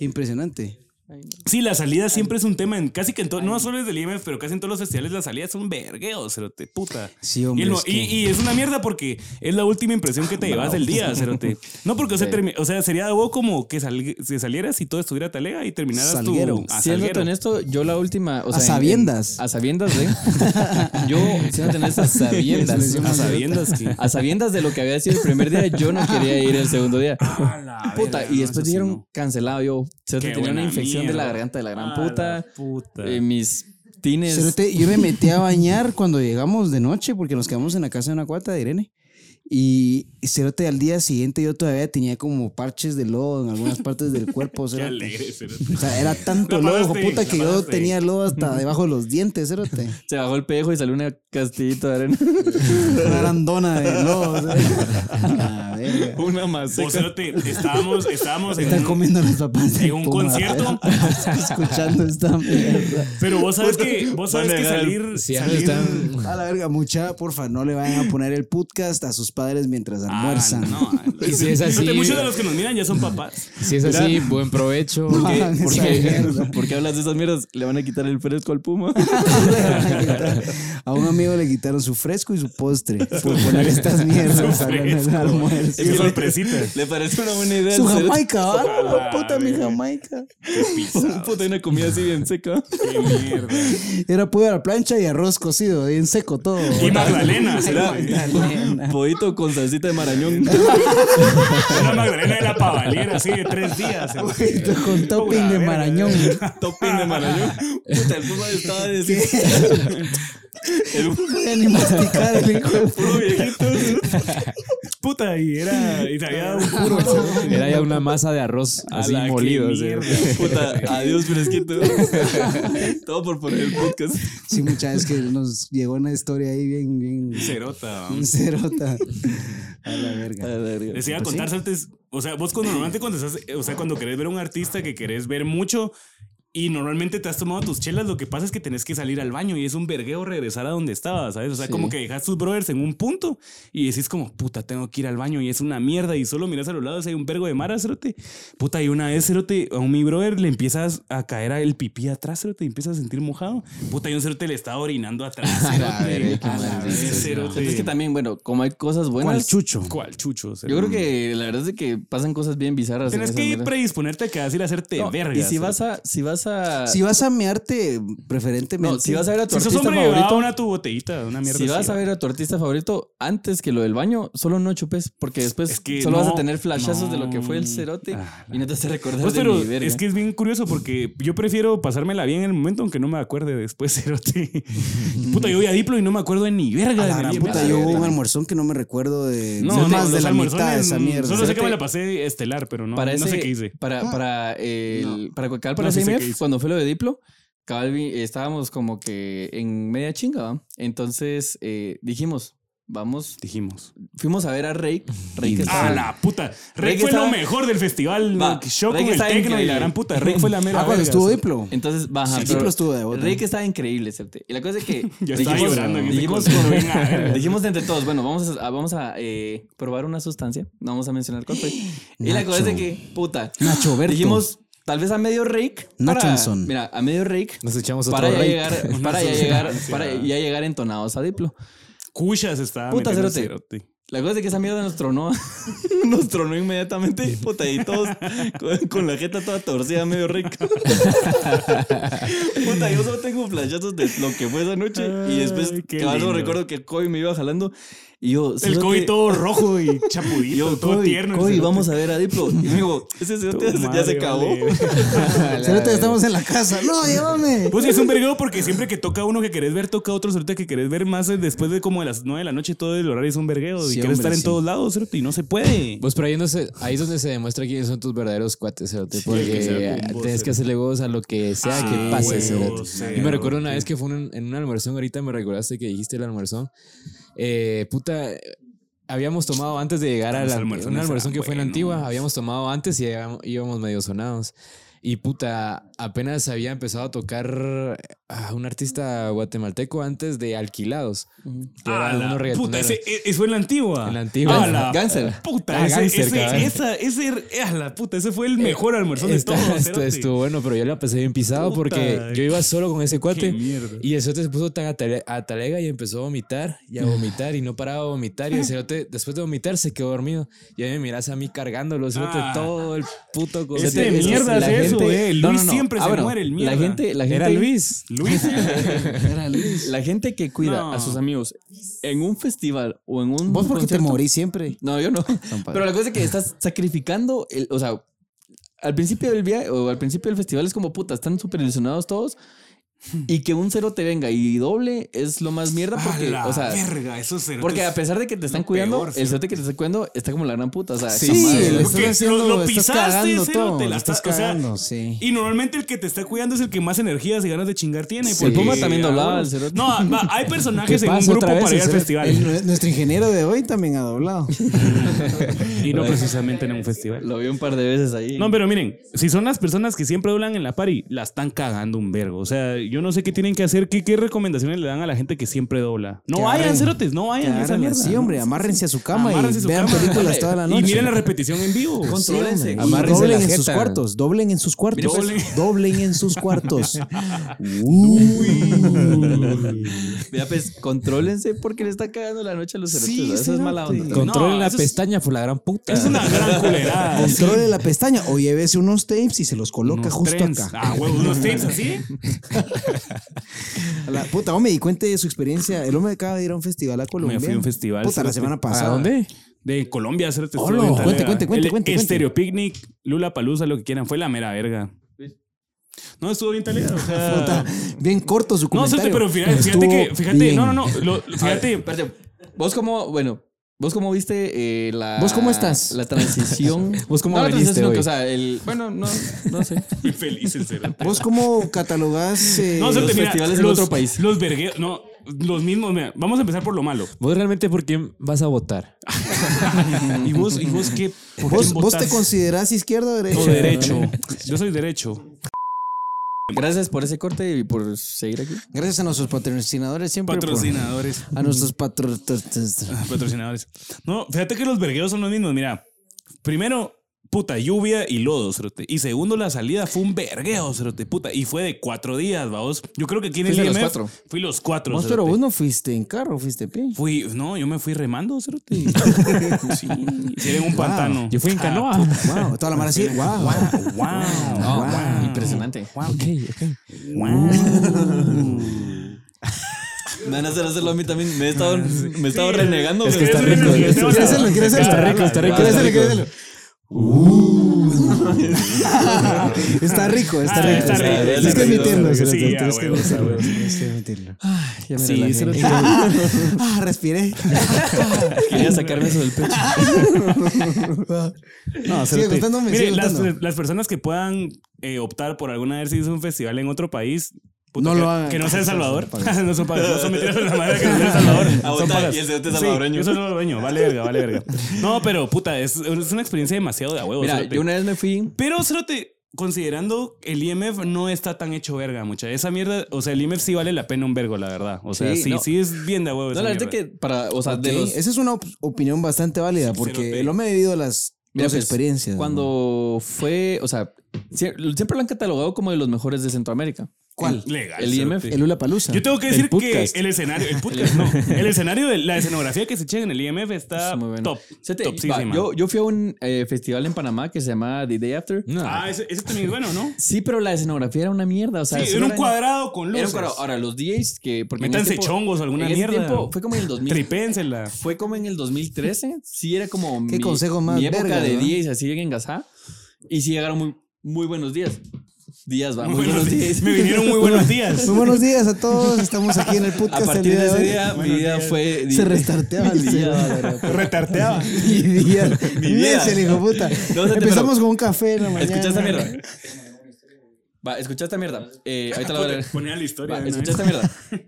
B: Impresionante. Impresionante.
C: Sí, la salida siempre es un tema. En casi que en todo, no solo es del IMF, pero casi en todos los festivales la salida es un vergueo, cerote, puta.
B: Sí, hombre,
C: Y, el mo-
B: es que-
C: y, y es una mierda porque es la última impresión que te llevas del día, cerote. No porque, o sea, termi- o sea, sería algo como que salg- si salieras y todo estuviera talega y terminaras
B: Salguero.
C: tu. a
D: Siéndote
C: salguero.
D: honesto, yo la última. O sea,
B: A
D: en- en-
B: sabiendas.
D: a sabiendas, ¿eh? Yo, siéndote honesto, a sabiendas.
C: A sabiendas que.
D: A sabiendas de lo que había sido el primer día, yo no quería ir el segundo día.
C: A la
D: Puta,
C: verga,
D: y
C: no,
D: después
C: eso sí
D: dijeron
C: no.
D: cancelado. Yo se
C: Qué
D: tenía una
C: buena
D: infección de la
C: mierda.
D: garganta de la gran
C: A
D: puta.
C: la puta.
D: eh, mis tines.
B: Cerote, yo me metí a bañar cuando llegamos de noche porque nos quedamos en la casa de una cuata de Irene. Y Cerote, al día siguiente yo todavía tenía como parches de lodo en algunas partes del cuerpo.
C: Qué
B: cerote.
C: alegre, cerote.
B: O sea, era tanto
C: La
B: lodo, hijo
C: paraste,
B: puta,
C: la
B: que yo
C: paraste.
B: tenía lodo hasta debajo de los dientes, Cerote.
D: Se bajó el pejo y salió una castillita de arena.
B: Una grandona de lodo. cerote. La verga.
D: una más.
C: Vos, cerote, estábamos, estábamos en
B: Están
C: un-
B: comiendo los papás. de
C: en un
B: Puma,
C: concierto.
B: verga. Escuchando esta mierda.
C: Pero vos sabes que, vos sabes que salir.
A: Sí, ahora
C: salir-
A: están-
B: A la verga, mucha, porfa, no le vayan a poner el podcast a sus padres mientras
C: Ah,
B: almuerzan.
C: no.
A: Y si es así-
C: Cerote, Muchos de los que nos miran ya son papás.
A: Si es así, buen provecho.
B: hagan
D: ¿Por
B: Ah, esa
D: qué?
B: mierda.
D: ¿Por qué hablas de esas mierdas? Le van a quitar el fresco al puma.
B: A un amigo le quitaron su fresco y su postre por poner estas mierdas
C: Su
B: a la hora del
C: fresco.
B: almuerzo.
C: Es que sorpresita.
D: Le parece una buena idea.
B: Su
D: el cerote.
B: jamaica, ¿va?
C: A la
B: puta, mi
C: verga.
B: jamaica.
D: Puta, hay una comida así bien seca.
C: Qué mierda.
B: Era pollo a la plancha y arroz cocido, bien seco todo.
C: Y Magdalena, será.
B: Magdalena.
D: Podito con salsita de marañón.
C: Una Magdalena de la pavalera, así de tres días.
B: Esto Con topping de marañón.
D: Topping de marañón. Puta, el puma estaba de decir. El
B: No podía ni masticar el hijo de puta.
D: puro viejito.
C: Puta, y era. Y sabía un puro.
A: Era ya una masa de arroz
C: A
A: así
C: la que
A: molido. o sea.
C: mierda.
D: Puta, adiós fresquito. Todo por poner el podcast.
B: Sí, muchas veces que nos llegó una historia ahí bien, bien
C: Cerota.
B: cerota. A la
D: A
B: verga.
D: la verga.
C: Les iba a contar antes, o sea, vos cuando normalmente cuando estás, o sea, cuando querés ver a un artista que querés ver mucho y normalmente te has tomado tus chelas, lo que pasa es que tenés que salir al baño y es un vergueo regresar a donde estabas, ¿sabes? O sea,
D: Sí.
C: como que dejas tus brothers en un punto y decís como, puta, tengo que ir al baño y es una mierda y solo miras a los lados y hay un vergo de mara, cerote. Puta, y una vez, cerote, a un mi brother le empiezas a caer a el pipí atrás, cerote, y empiezas a sentir mojado. Puta, y un cerote le está orinando atrás,
D: A la verga, qué
C: A la
D: mal
C: vez,
D: visto,
C: cerote.
D: Es que también, bueno, como hay cosas
B: ¿Cuál
D: buenas.
B: chucho?
C: ¿Cuál chucho?
D: Yo creo
C: cerote?
D: que la verdad es de que pasan cosas bien bizarras. en
C: Tienes
D: esa
C: que
D: manera.
C: predisponerte a que vas a ir a hacerte
D: No,
C: verga.
D: Y si vas a. Si vas a.
B: Si vas a mearte, preferentemente.
D: no, si vas a ver a tu
C: Si sos
D: artista
C: hombre,
D: favorito.
C: lleva una tu botellita, una mierda.
D: Si vas
C: así,
D: a ver a tu artista favorito antes que lo del baño, solo no chupes, porque después
C: Es que
D: solo vas a
C: no,
D: tener flashazos de lo que fue el
C: no.
D: cerote
C: Ah,
D: y no te hace recordar
C: Pues,
D: de
C: pero
D: mi verga.
C: es que es bien curioso porque yo prefiero pasármela bien en el momento aunque no me acuerde después, cerote. Puta, yo voy a Diplo y no me acuerdo de ni verga
B: A
D: Ah,
B: la
C: de mi
B: gran
C: mierda.
B: puta, yo hubo un almuerzón que no me recuerdo de
C: No,
B: no,
C: no,
B: más
C: los
B: de la
C: almuerzones,
B: mitad de esa mierda.
C: Solo sé que me
D: Cerote.
C: la pasé estelar, pero no,
D: para
C: no
D: ese,
C: sé qué hice.
D: Para, para el, para Coacal, para
C: No, sí sé
D: CMF,
C: qué hice.
D: cuando fue lo de Diplo, cabal vi- estábamos como que en media chinga, ¿va? Entonces eh, dijimos, vamos,
C: Dijimos.
D: fuimos a ver a Rey. Rey que
C: A
D: estaba-
C: Ah, la puta. Rick
D: Rick
C: fue
D: estaba-
C: lo mejor del festival.
D: Va,
C: ¿no? Que Yo
D: Rick
C: con el
D: estaba
C: tecno y
D: increíble.
C: la gran puta. Rick fue la mera.
B: Ah, cuando
C: verga,
B: estuvo
C: cerote.
B: Diplo.
D: Entonces, baja.
B: Sí, Diplo estuvo de bota.
D: Rey que estaba increíble, cerote. Y la cosa es que.
C: Yo estaba llorando en ese
D: dijimos,
C: concierto, bien a verga.
D: dijimos entre todos, bueno, vamos a, vamos a eh, probar una sustancia. No vamos a mencionar cuál fue. Y la cosa es de
B: Nacho.
D: que, puta.
B: Nacho Berto.
D: Dijimos, Tal vez a medio rake.
B: Nachanson.
D: Mira, a medio rake.
A: Nos echamos otro
D: Para ya,
A: rey.
D: llegar, para, ya llegar, para ya llegar entonados a Diplo.
C: Cuchas está.
D: Puta,
C: metiendo
D: cerote.
C: cerote.
D: La cosa es de que esa mierda nos tronó. nos tronó inmediatamente. Puta, y todos con, con la jeta toda torcida, medio rica. Puta, yo solo tengo flashazos de lo que fue esa noche. y después,
C: Ay, qué
D: cabal, solo
C: lindo.
D: recuerdo que el Kobe me iba jalando. Y yo,
C: El
D: cerote,
C: Kobe todo rojo y chapudito,
D: Yo,
C: todo
D: Kobe,
C: tierno. el
D: Kobe,
C: cerote.
D: vamos a ver a Diplo. Y me digo, ese
C: Tu
D: cerote ya, se- ya
C: madre,
D: se acabó.
C: vale.
B: Cerote, estamos en la casa. No, llévame.
C: Pues sí, es un vergueo porque siempre que toca uno que querés ver, toca otro ahorita que querés ver más eh, después de como de las 9 de la noche, todo el horario es un vergueo y
B: Sí,
C: querés
B: hombre,
C: estar en
B: sí.
C: todos lados, cerote, y no se puede.
A: Pues pero ahí, no se- ahí es donde se demuestra quiénes son tus verdaderos cuates, cerote, porque
C: que sea con Ah,
A: ah,
C: vos,
A: tenés
C: cerote.
A: que hacerle voz a lo que sea
C: Sí,
A: que pase,
C: huevo,
A: cerote. Yo
C: cerote.
A: me recuerdo una vez que fue un- en un almuerzón, ahorita me recordaste que dijiste el almuerzón. Eh, puta, eh, habíamos tomado antes de llegar a
C: Los
A: la,
C: almuerzones
A: un almuerzón que
C: eran
A: fue en
C: buenos.
A: Antigua, habíamos tomado antes y íbamos, íbamos medio sonados. Y puta, apenas había empezado a tocar a un artista guatemalteco antes de Alquilados. que era
C: Ah,
A: uno
C: la puta,
A: reggaetonero.
C: ese, e- eso en la antigua.
A: En la antigua.
C: Ah, la
D: Gangster.
C: Puta,
A: Ah,
C: ese,
A: Gangster,
C: ese-
A: cabrón.
C: esa, ese, ah, la puta, ese fue el mejor almuerzo de
A: Está-
C: todos.
A: esto-
C: cerote.
A: estuvo bueno, pero yo la pasé bien pisado
C: Puta,
A: porque yo iba solo con ese cuate.
C: mierda.
A: Y el cerote se puso tan atale- atalega y empezó a vomitar y a
C: Ah.
A: vomitar y no paraba de vomitar. Y el cerote, después de vomitar, se quedó dormido. Y ahí me miras a mí cargándolo, cerote,
C: Ah.
D: Oh,
A: todo el puto coso.
C: Ese
A: Entonces,
C: Este mierda
A: la
C: es eso,
A: gente-
C: eh. Luis siempre se muere, el mierda.
D: La gente, la gente,
A: Era Luis.
C: Luis.
B: Era Luis.
D: La gente que cuida
C: No.
D: a sus amigos en un festival o en un.
B: Vos porque te
D: concierto-
B: morís siempre.
D: No, yo no.
B: padre.
D: Pero la cosa es que estás sacrificando, el- o sea, al principio del viaje o al principio del festival es como puta, están súper ilusionados todos y que un cero te venga y doble es lo más mierda porque,
C: Ah, la
D: o sea,
C: verga, eso es
D: porque a pesar de que te están cuidando,
C: peor,
D: el
C: cerote.
D: cero que te está cuidando está como la gran puta, o sea,
B: Sí,
D: jamás,
B: le
D: ¿no?
B: estás haciendo-
C: lo,
B: estás
C: pisaste,
B: cagando
C: cerote,
B: todo,
C: la
B: lo estás
C: o sea,
B: cagando, sí.
C: Y normalmente el que te está cuidando es el que más energías y ganas de chingar tiene.
D: Sí. El Puma también
C: ah,
D: doblaba
C: bueno.
D: al cerote.
C: No, va, hay personajes
A: ¿Qué
C: en un
A: pasa
C: grupo
A: otra vez,
C: para ir al
A: cerote?
C: festival.
B: El- nuestro ingeniero de hoy también ha doblado.
C: Y no precisamente en un festival.
D: Lo vi un par de veces ahí.
C: No, pero miren, si son las personas que siempre doblan en la pari, la están cagando un vergo. O sea, yo no sé qué tienen que hacer, qué, qué recomendaciones le dan a la gente que siempre dobla. No
B: Que
C: vayan,
B: agarren-
C: cerotes, no vayan a esa
B: Agárrenla,
C: mierda.
B: Sí, hombre, amárrense a su cama
C: Amárrense a
B: y
C: su
B: vean
C: cama.
B: películas toda la
C: Y
B: noche.
C: miren la repetición en vivo.
D: Contrólense.
B: Y
A: Amárrense
B: doblen
A: la
B: en sus
A: jeta.
B: cuartos, doblen en sus cuartos,
C: Mira, pues.
B: doblen en sus cuartos. Uy.
D: Mira, pues contrólense porque le está cagando la noche a los cerotes.
B: Sí,
D: ¿no? Eso es
B: cerote.
D: mala onda.
C: Con-
A: Control
C: No,
A: en la
C: eso es-
A: pestaña por la gran puta.
C: Es una gran culerada.
B: Controle la pestaña o llévese unos tapes y se los coloca
C: Unos
B: justo
C: trends.
B: acá.
C: Ah, huevos, unos tapes así.
B: A La puta, hombre, y cuente de su experiencia. El hombre acaba de ir a un festival a Colombia.
C: fui a un festival,
B: Puta, la
C: cerote.
B: semana
A: ¿A
B: pasada.
A: dónde?
C: De Colombia, cerotes.
B: Hola,
C: estuve en
B: cuente, cuente,
C: Talega.
B: cuente,
C: El
B: cuente, cuente.
C: Estéreo Picnic, Lula Palusa, lo que quieran. Fue la mera verga. No, estuvo bien talega. o sea,
B: Puta, bien corto su
C: no, cerote,
B: comentario.
C: pero fíjate, fíjate
B: Estuvo
C: que. Fíjate,
B: bien.
C: no, no, no. lo-
D: A ver,
C: fíjate.
D: espérate. Vos cómo, bueno, vos cómo viste eh, la...
B: ¿Vos cómo estás?
D: La transición.
A: ¿Vos cómo
D: no, la
A: veniste
D: transición,
A: hoy?
D: o sea, el... Bueno, no, no sé.
C: Muy feliz el cerote.
B: ¿Vos cómo catalogás eh,
C: No, cerote,
D: los
C: mira,
D: festivales en
C: los-
D: otro país.
C: Los vergueos. No, los mismos. mira, vamos a empezar por lo malo.
A: ¿Vos realmente por quién vas a votar?
C: ¿Y vos, y vos qué? ¿Por
B: ¿Vos,
C: quién
B: vos te
C: votás?
B: considerás izquierda o derecha?
C: O derecho. Yo soy derecho.
D: Gracias por ese corte y por seguir aquí.
B: Gracias a nuestros patrocinadores siempre. por-
C: Patrocinadores.
B: a nuestros patrocinadores.
C: patrocinadores. No, fíjate que los vergueros son los mismos. Mira, primero, puta, lluvia y lodo, cerote. Y segundo, la salida fue un vergueo, cerote, puta. Y fue de cuatro días, vaos. Yo creo que aquí en el
D: Fuiste los
C: IMF
D: cuatro.
C: fui los cuatro.
B: Vos,
C: cerote.
B: pero vos no fuiste en carro, fuiste a pie.
C: Fui, no, yo me fui remando, cerote. sí, hicieron un pantano.
A: Yo fui en
C: Ah,
A: canoa.
B: Wow, toda la mar así. Wow.
C: Wow, wow.
D: Impresionante.
A: Ok, ok.
D: Me van a hacer hacerlo a mí también. Me he estado, me he estado renegando.
A: Es que
D: pero-
A: está rico.
B: Ingrésalo, ingrésalo.
A: Está rico, está rico.
D: Está rico.
B: Está rico, está
C: Ah,
B: rico.
C: está rico,
B: Tienes
D: está
B: que
D: rico,
B: admitirlo,
C: está rico.
B: Cerote,
C: Sí, ya,
B: tienes que
C: huevo,
B: admitirlo,
C: huevo.
B: tienes que admitirlo.
D: Ya me
B: Sí,
D: relajé.
B: Cerote. Ah, respiré.
D: Quería sacarme eso del pecho.
B: No, sigue
C: Cerote.
B: gustándome,
C: Mire,
B: sigue
C: las,
B: gustándome.
C: las personas que puedan eh, optar por alguna vez si es un festival en otro país, puta,
B: No
C: que,
B: lo hagan.
C: que no sea El Salvador.
B: Son
C: no son pagas. No son mentiras de la madre que no sea El Salvador.
D: Ah,
C: Son
D: puta,
C: pagas.
D: y el cerote
C: Sí,
D: salvadoreño.
C: yo soy salvadoreño. Vale verga, vale verga. No, pero puta, es, es una experiencia demasiado de a huevo.
D: Mira,
C: cerote.
D: Ah, yo una vez me fui...
C: Pero, cerote, considerando el IMF no está tan hecho verga, mucha. Esa mierda, o sea, el IMF sí vale la pena un vergo, la verdad. O sea, sí,
D: Sí,
C: sí,
D: no.
C: es bien de a huevo.
D: No,
C: esa
D: la verdad
C: mierda.
D: que para... O sea, de
B: Ok,
D: los...
B: Esa es una op- opinión bastante válida porque
C: Cerote.
B: el hombre ha vivido las
D: Mira,
B: Dos
D: pues,
B: experiencias. ¿no?
D: Cuando fue, o sea, sie- siempre lo han catalogado como de los mejores de Centroamérica.
B: ¿Cuál?
C: Legal.
D: El IMF.
C: cerote.
B: El Lula Palusa.
C: Yo tengo que decir que
A: podcast.
C: el escenario, el podcast, no, el escenario de la escenografía que se echa en el IMF está
D: Es muy bueno.
C: Ah, top,
D: Sete, va,
C: topsísima.
D: yo, yo fui a un eh, festival en Panamá que se llamaba The Day After.
A: No.
C: Ah, ese, ese también es bueno, ¿no?
D: Sí, pero la escenografía era una mierda. O sea,
C: Sí,
D: solo
C: era un
D: eran-
C: cuadrado con
D: era
C: luces.
D: un cuadrado. Ahora, los DJs que. Porque en
C: Métanse
D: ese tiempo-
C: chongos, alguna
D: en ese
C: mierda.
D: tiempo fue como en el 2000.
C: Tripénsela.
D: Fue como en el 2013. Sí, era como
B: ¿Qué
D: mi,
B: consejo más
D: mi época
B: verga,
D: de
B: no?
D: DJs así en Gasá. Y sí llegaron muy, muy buenos días. Días, va. Muy, buenos, días.
C: Me vinieron muy buenos días.
B: Muy Pues buenos días a todos. Estamos aquí en el
D: A
B: podcast. el
D: partir
B: día
D: de ese
B: hoy.
D: día, mi
C: Buenos
D: vida
C: días.
D: fue.
B: Se restarteaba el
D: Mi
B: día.
D: día.
C: Retarteaba.
B: Mi día.
D: Mi día.
B: Necio, el hijo puta.
D: pero-
B: Empezamos con un café en la mañana.
D: Escucha esta mierda. Va, escucha esta mierda. Eh, ahorita la voy a leer.
C: Ponía la historia.
D: Va,
C: de una
D: escucha
C: vez.
D: esta mierda.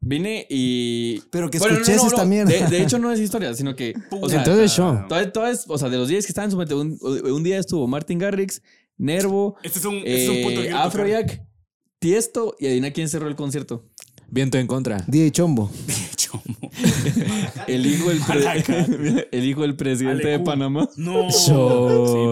D: Vine y.
B: Pero que
D: Bueno, no,
B: escuches
D: no, no.
B: esta mierda.
D: De, de hecho, no es historia, sino que. O sea, ah,
A: Entonces, yo.
D: Todo, todo es- o sea, de los días que estaban, suponete, un, un día estuvo Martin Garrix, Nervo,
C: Este es un, este es un punto que
D: eh,
C: quiero tocar.
D: Afrojack, Tiesto y adivina quién cerró el concierto.
A: Viento en contra.
B: Día de chombo.
C: Chomo.
D: El hijo del, pre- el hijo del presidente de
C: Alecú.
D: Panamá.
C: No.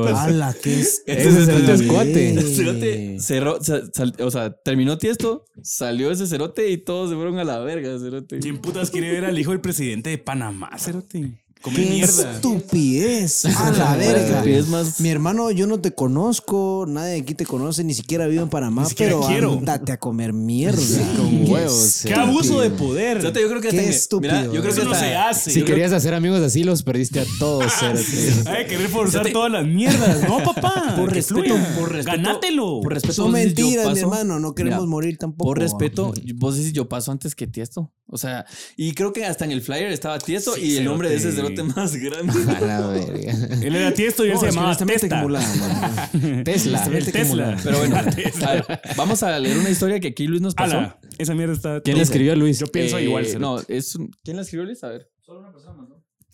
B: ¡Hala, qué es!
D: Ese
A: es el
B: Ey.
A: descuate.
D: Cerote cerró, sa- sal- o sea, terminó Tiesto, salió ese cerote y todos se fueron a la verga, cerote.
C: ¿Quién putas quiere ver al hijo del presidente de Panamá, cerote? Come
D: Este
B: ¡Qué
C: mierda.
B: estupidez! ¡A la verga!
D: estupidez más-
B: Mi hermano, yo no te conozco, nadie de aquí te conoce, ni siquiera vivo en Panamá,
C: Ni siquiera
B: pero
C: quiero.
B: date a comer mierda.
A: Con
B: Qué
A: huevos.
C: ¡Qué
A: eh.
C: abuso de poder!
D: Cerote, yo creo que
B: Qué
D: hasta en-
B: estúpido.
D: mira, yo creo
C: Eso
D: que
C: no
D: hasta-
C: se hace.
A: Si querías hacer amigos así, los perdiste a todos.
C: Ah,
A: cerote.
C: Hay que querer forzar todas las mierdas. No, papá.
D: Por
C: que
D: respeto,
C: fluya.
D: por respeto.
C: Ganátelo.
D: Por respeto,
B: Son
D: vos decís, yo
B: mentiras, mi
D: paso.
B: hermano, no queremos
D: Mira,
B: morir tampoco.
D: Por respeto, vos decís yo paso antes que Tiesto. O sea, y creo que hasta en el flyer estaba Tiesto
C: Sí,
D: y el nombre de ese
C: cerote.
D: cerote más grande.
A: A la verga.
C: Él era tiesto y él
B: No,
C: se
B: es que
C: llamaba
B: honestamente
C: Testa.
B: acumulado, mano.
A: Tesla.
C: El Tesla.
D: Pero bueno, a ver, vamos a leer una historia que aquí Luis nos pasó.
C: Ala, esa mierda está.
A: ¿Quién la escribió, Luis?
C: Yo pienso
D: Eh,
C: igual. cerote.
D: No, es un- ¿Quién la escribió Luis? A ver.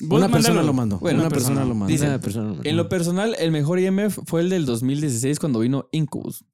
C: Vos
B: una persona
C: mándalo.
B: lo mandó.
D: Bueno,
B: una
D: una
B: persona, lo mandó.
D: Dice,
A: Una persona,
D: En lo
A: ¿no?
D: personal, el mejor IMF fue el del 2016 cuando vino Incubus.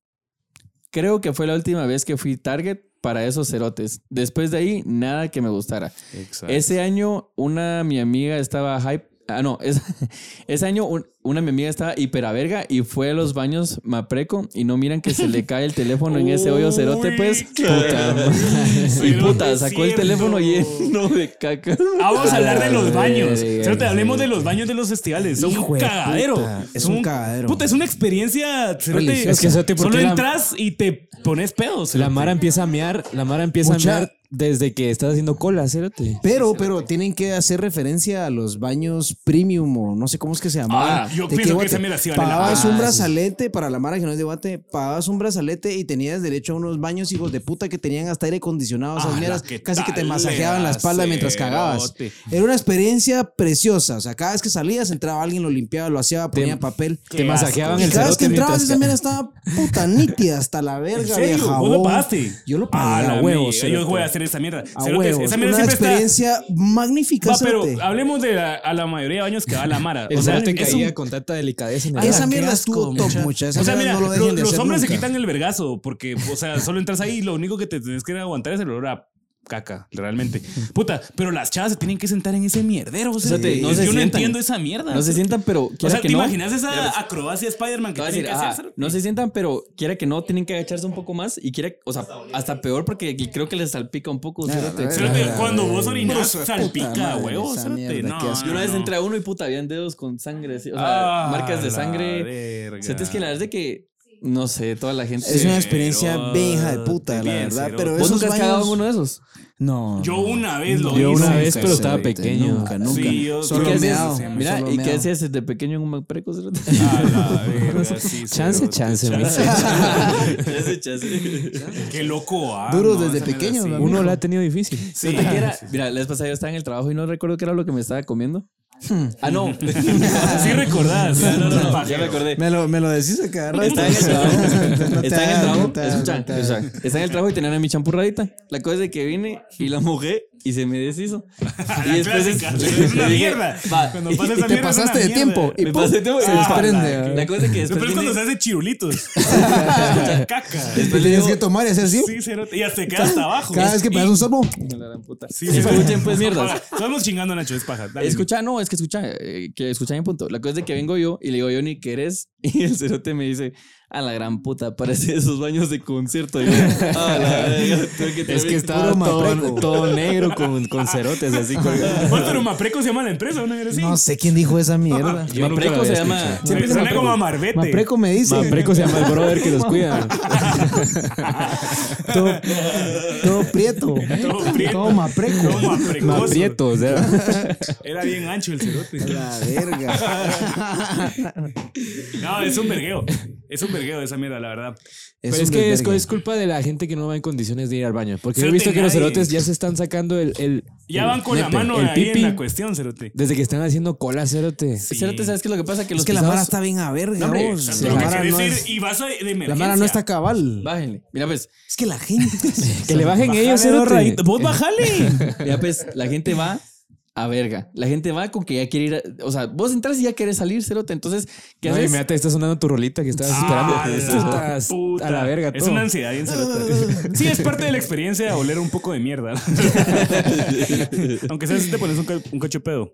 D: Creo que fue la última vez que fui target para esos cerotes. Después de ahí, nada que me gustara.
C: Exacto.
D: Ese año, una mi amiga estaba hype. Ah, no, es- ese año un- una mi amiga estaba hiperaverga y fue a los baños mapreco y no miran que se le cae el teléfono en ese hoyo cerote,
C: Uy,
D: pues.
C: claro.
D: Puta madre.
C: Sí,
D: y
C: no
D: puta,
C: es
D: sacó el
C: cierto.
D: teléfono lleno de caca.
C: Ah, Vamos a hablar de los baños.
A: verga,
C: Cerote, hablemos de los baños de los festivales. Son
B: Hijo
C: un
B: de
C: cagadero.
B: puta, es un cagadero.
C: Puta, es una experiencia. cerote.
A: Religiosa. Es que, cerote, ¿por
C: Solo
A: qué la-
C: entras y te pones pedos.
A: La Mara empieza a mear, la Mara empieza
B: Mucha-
A: a mear desde que estás haciendo cola, cérate.
B: Pero, pero tienen que hacer referencia a los baños premium o no sé cómo es que se llamaba.
C: Ah, yo
B: De
C: pienso que
B: Guate
C: esa mierda sí vale la
B: Pagabas
C: pena.
B: un
A: Ah,
B: brazalete para la mara que no es de Guate, pagabas un brazalete y tenías derecho a unos baños hijos de puta que tenían hasta aire acondicionado, esas
C: Ah,
B: mierdas,
C: la que
B: casi que te
C: tal,
B: masajeaban la espalda mientras cagabas.
C: cerote.
B: Era una experiencia preciosa, o sea, cada vez que salías entraba alguien, lo limpiaba, lo hacía, ponía papel.
A: Te masajeaban
B: Y
A: el
B: cada vez
A: cerote
B: que entrabas,
A: mientras
B: esa mierda estaba puta nítida hasta la
C: ¿En
B: verga.
C: serio?
B: había
C: ¿Vos lo
B: jabón.
C: pagaste?
B: Yo lo pagué
C: Ah,
B: a
C: la
B: huevos.
C: mierda. Yo
B: cerote.
C: voy a hacer esa mierda.
B: A
C: Cerote,
B: huevos.
C: Esa
B: Una
C: mierda siempre está.
B: experiencia magnífica.
C: Va, pero
B: cerote.
C: hablemos de la, a la mayoría de baños que va la Mara.
A: El
C: O sea,
A: cerote
C: es
A: caía
C: un-
A: con tanta delicadeza en el
B: Que esa
A: agua.
B: mierda
A: Qué
B: estuvo
A: asco,
B: top,
A: mucha.
B: mucha. Esa
C: o sea,
B: mierda
C: mira,
B: no lo dejen
C: los,
B: de
C: los
B: hacer
C: hombres se
B: nunca.
C: quitan el vergazo porque, o sea, solo entras ahí y lo único que te tenés que aguantar es el olor a caca, realmente. Puta, pero las chavas se tienen que sentar en ese mierdero. O sea,
D: Cerote,
C: te-
D: no
C: yo
D: se
C: no
D: sientan.
C: entiendo esa mierda.
D: No se sientan, pero
C: O
D: quiera
C: sea,
D: que
C: ¿te
D: no.
C: imaginas esa acrobacia de Spider-Man que
D: Te voy a
C: tiene
D: decir,
C: que hacer?
D: ajá,
C: cerote?
D: no se sientan, pero quiera que no, tienen que agacharse un poco más y quiera, o sea, hasta peor porque creo que les salpica un poco. cerote.
B: la
C: Cerote,
B: Ay,
C: cuando
B: ay,
C: vos
B: ay,
C: orinas,
B: puta
C: salpica,
B: madre,
C: huevo.
B: esa
C: cerote.
B: mierda,
C: No,
B: qué asco.
D: Yo una vez
C: no.
D: entré a uno y puta, habían dedos con sangre, así, o sea,
C: Ah,
D: marcas de
C: la
D: sangre.
C: verga.
D: Se es que la verdad es que, no sé, toda la gente...
B: Es una experiencia
C: Cerote,
B: bien hija de puta, la
C: bien,
B: verdad.
C: cerote.
B: Pero
D: ¿Vos
B: esos
D: nunca has cagado en
B: baños-
D: uno de esos?
B: No.
C: Yo
B: no.
C: una vez lo
A: Yo
C: hice.
A: una vez, pero
B: Nunca,
A: estaba
B: cerote,
A: pequeño.
B: Nunca, nunca.
C: Sí, yo-
D: ¿Y
B: Solo
D: qué
C: me Ah,
D: haces?
B: meado.
D: Mira,
B: solo
D: ¿y qué
B: meado.
D: hacías desde pequeño en un preco? cerote?
C: A la verga, sí,
A: Chance,
C: cerote,
A: chance, mi
D: Ese chasquido.
C: Qué loco, ah.
B: Duro
C: no,
B: desde
C: esa mierda
B: pequeño,
C: sí.
B: ¿no?
A: Uno la ha tenido difícil.
C: Sí.
D: Fíjate que era- mira, les pasaba yo estaba en el trabajo y no recuerdo qué era lo que me estaba comiendo. ah, no.
C: Sí recordás.
D: No, no, no,
C: Pajero.
D: ya me acordé.
B: Me lo, me lo decís a cada rato.
D: Estaba en el trabajo.
B: No
D: Estaba
B: te
D: en el
B: hagas,
D: trabajo.
B: no te hagas,
D: Escucha,
B: no te hagas.
D: escucha. Estaba en el trabajo y tenían a mi champurradita. La cosa es de que vine y la mojé y se me deshizo. Ah,
C: La clásica, es una
D: le dije,
C: mierda.
D: va,
C: Cuando
D: y-
C: pasa esa
B: Y te
C: mierda, es una
B: pasaste de
C: mierda.
B: tiempo. Y
D: Me
B: pum,
D: pasé de tiempo y
B: Se
D: me-
B: desprende.
D: La cosa es que
C: Lo
D: después
C: peor es cuando se
D: vine-
C: hace chirulitos. Caca.
B: Te tienes que tomar y hacer así.
C: Sí, cerote. Y hasta quedas hasta abajo.
B: Cada vez que
C: Y-
B: pegas un sorbo.
D: La gran puta.
C: Sí,
D: Escuchen
C: cerote.
D: pues mierdas.
C: Estamos chingando, Nacho. Es paja. Dale.
D: Escucha, no, es que escucha, eh, que escucha mi punto. La cosa es de que vengo yo y le digo, yo ni querés. Y el cerote me dice, a la gran puta, parece esos baños de concierto. Y yo, "A la verga, tuve que
A: Es
D: traerme
A: que estaba
B: puro
A: todo,
B: mapreco.
A: todo negro con, con cerotes así. colgando.
C: Bueno, pero Uh, Mapreco se llama la empresa, ¿no? Era así.
B: No sé quién dijo esa mierda.
A: Yo nunca
D: Mapreco
A: lo había
D: se llama-
A: escuchado.
D: Siempre
C: Suena
D: se llama
C: como
D: Mapreco.
C: a Marbete.
B: Mapreco me dice.
A: Mapreco se llama el brother que los cuida.
B: Todo, todo prieto.
C: Todo prieto.
B: Todo mapreco.
C: Todo maprecoso.
A: Maprieto, o sea.
C: Era bien ancho el cerote.
B: La verga.
C: No, es un vergueo. Es un vergueo esa mierda, la verdad.
A: Pero es
B: un
A: que es,
B: desvergue.
A: es culpa de la gente que no va en condiciones de ir al baño. Porque yo he
C: Cerote,
A: visto que los
C: nadie.
A: cerotes ya se están sacando el. el-
C: Ya
A: el
C: van con la
A: nepe,
C: mano ahí
A: el
C: en
A: pipi,
C: la cuestión, cerote.
A: Desde que están haciendo cola cerote.
D: Cerote, ¿sabes qué es lo que pasa? Que los
B: Es que la
D: pisados-
B: mara está bien a verga,
D: hombre,
B: vos.
C: Lo
A: Sí,
B: La
C: que
B: mara
C: querés
B: no
C: ir
B: es-
C: y vas a- de emergencia.
B: la mara no está cabal.
D: Bájenle. Mira, pues,
B: Es que la gente.
A: Que le bajen
C: Bájale
A: ellos,
C: dos
A: cerote.
C: rayitos. Vos bajale.
D: mira, pues, la gente va a verga. La gente va con que ya quiere ir. a- o sea, vos entras y ya querés salir, cerote. Entonces, ¿qué
A: No, y
D: haces?
A: mira, te está sonando tu rolita que estabas
C: Ah,
A: esperando.
C: la
A: Estás
C: puta.
A: a la verga
C: Es
A: todo.
C: una ansiedad bien cerota. Sí, es parte de la experiencia de oler un poco de mierda. Aunque sabes, te pones un, ca- un cacho de pedo.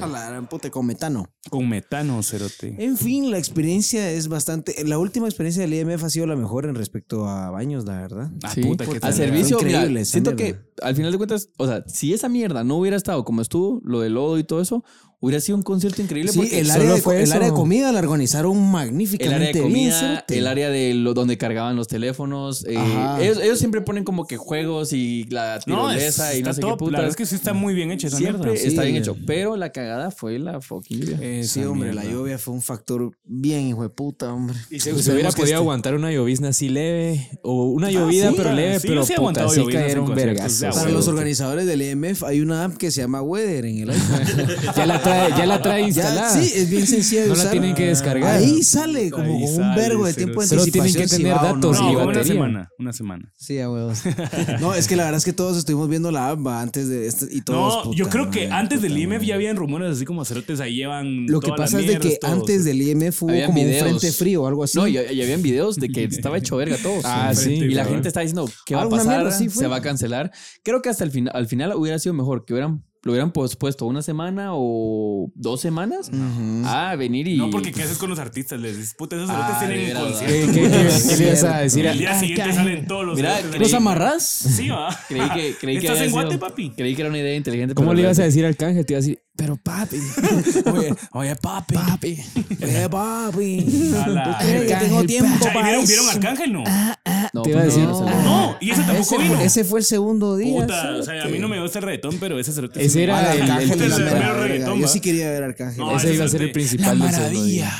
B: A la gran puta con metano.
C: Con metano, cerote.
B: En fin, la experiencia es bastante. La última experiencia del IMF ha sido la mejor en respecto a baños, la verdad.
C: Ah,
A: Sí,
C: puta, qué
D: Al
C: tal.
D: servicio, mira,
B: Increíble esa
D: siento
B: mierda.
D: que al final de cuentas, o sea, si esa mierda no hubiera estado como estuvo, lo del lodo y todo eso, hubiera sido un concierto increíble
B: Sí,
D: porque
B: el
A: solo
B: área, de,
A: fue
B: el
A: eso.
B: área de comida la organizaron
D: el
B: magníficamente.
D: área de
B: bien,
D: comida,
B: cerote.
D: el área de lo, donde cargaban los teléfonos, eh,
B: Ajá.
D: ellos, ellos siempre ponen como que juegos y la
C: No, es,
D: tirolesa y
C: está
D: no sé
C: top.
D: qué puta.
C: La verdad es que sí está muy bien hecha esa
D: siempre
C: mierda.
D: está bien
B: Sí.
D: hecho, pero la cagada fue la fucking lluvia.
B: Sí,
C: Esa
B: hombre, la
C: mierda.
B: lluvia fue un factor bien, hijo de puta, hombre.
A: Y se,
D: Pues
C: pues,
A: se hubiera
B: Sabemos que
A: podido
B: este-
A: aguantar una llovizna así leve. O una llovida,
C: Ah, sí,
A: pero
C: sí,
A: leve,
C: yo
A: pero
C: sí he
A: puta,
C: aguantado
A: sí
C: llovinas en
A: cayeron
C: conciertos,
A: vergas.
C: de a
B: Para
C: huevo.
B: los organizadores del IMF hay una app que se llama Weather en el iPhone.
A: Ya la trae, ya la trae
B: ya,
A: instalada.
B: sí, es bien sencilla de
A: No la
B: usar.
A: tienen que descargar.
B: Ahí sale como
C: Ahí
B: con un
C: sale,
B: vergo de
C: cero.
B: tiempo de
A: Solo
B: anticipación.
A: tienen que
B: si
A: tener
B: va o no.
C: No,
A: datos y
C: como una
A: batería.
C: semana. Una semana.
B: Sí, a huevos. No, es que la verdad es que todos estuvimos viendo la app va, antes de esto y todos.
C: No,
B: puta
C: yo creo que
B: madre,
C: antes
B: puta
C: del IMF
B: madre.
C: ya habían rumores así como cerotes ahí llevan.
B: Lo que
C: todas las
B: pasa es de que
C: mierdas, todo.
B: antes del IMF hubo
D: Habían
B: como un
D: videos.
B: frente frío o algo así.
D: No, y, y habían videos de que estaba hecho verga todo.
A: Ah, sí, Ah,
D: Y la
A: cabrón.
D: gente estaba diciendo, ¿qué va a
B: Alguna
D: pasar?
B: mierda sí fue.
D: Se va a cancelar. Creo que hasta el final, al final hubiera sido mejor que hubieran, lo hubieran pospuesto una semana o dos semanas a venir y... pues,
C: No, porque ¿qué haces con los artistas? Les dices, puta, esos cerotes
D: Ah, de
C: tienen
D: veras,
C: concierto.
A: ¿Qué, qué, qué- qué le ibas a decir?
C: El día siguiente salen todos los.
D: Mira,
C: cerotes
D: creí-
C: ahí.
B: ¿Los amarrás?
C: Sí, va.
D: Creí que, creí que
C: ¿Estás
D: había
C: en
D: sido-
C: Guate, papi?
D: Creí que era una idea inteligente.
A: ¿Cómo
D: pero
A: le ibas a
D: no.
A: decir al canje? Te iba a decir, pero papi.
B: Oye, oye, papi. Papi. Eh, papi.
C: A la-
B: ¿Tú crees que tengo tiempo
C: Pucha, ¿y
B: para
C: ¿Vieron,
B: eso?
C: ¿Vieron Arcángel? No.
D: No,
A: Te iba a
D: pues,
A: decir-
D: no, no, no.
C: No, y ese tampoco
B: Ah. Ese
C: vino.
B: fue, ese fue el segundo día.
C: Puta, o
B: ¿sabes?
C: sea, a mí no me gusta el reggaetón, pero ese cerote.
A: Ese
C: sí.
A: era-
B: Ah,
A: el- el-
B: Arcángel
C: el
B: la
C: primero
B: mera verga.
C: reggaetón,
B: Yo
C: va.
B: sí quería ver Arcángel.
C: No,
A: Ese iba a ser el
C: La
A: principal de esos dos días.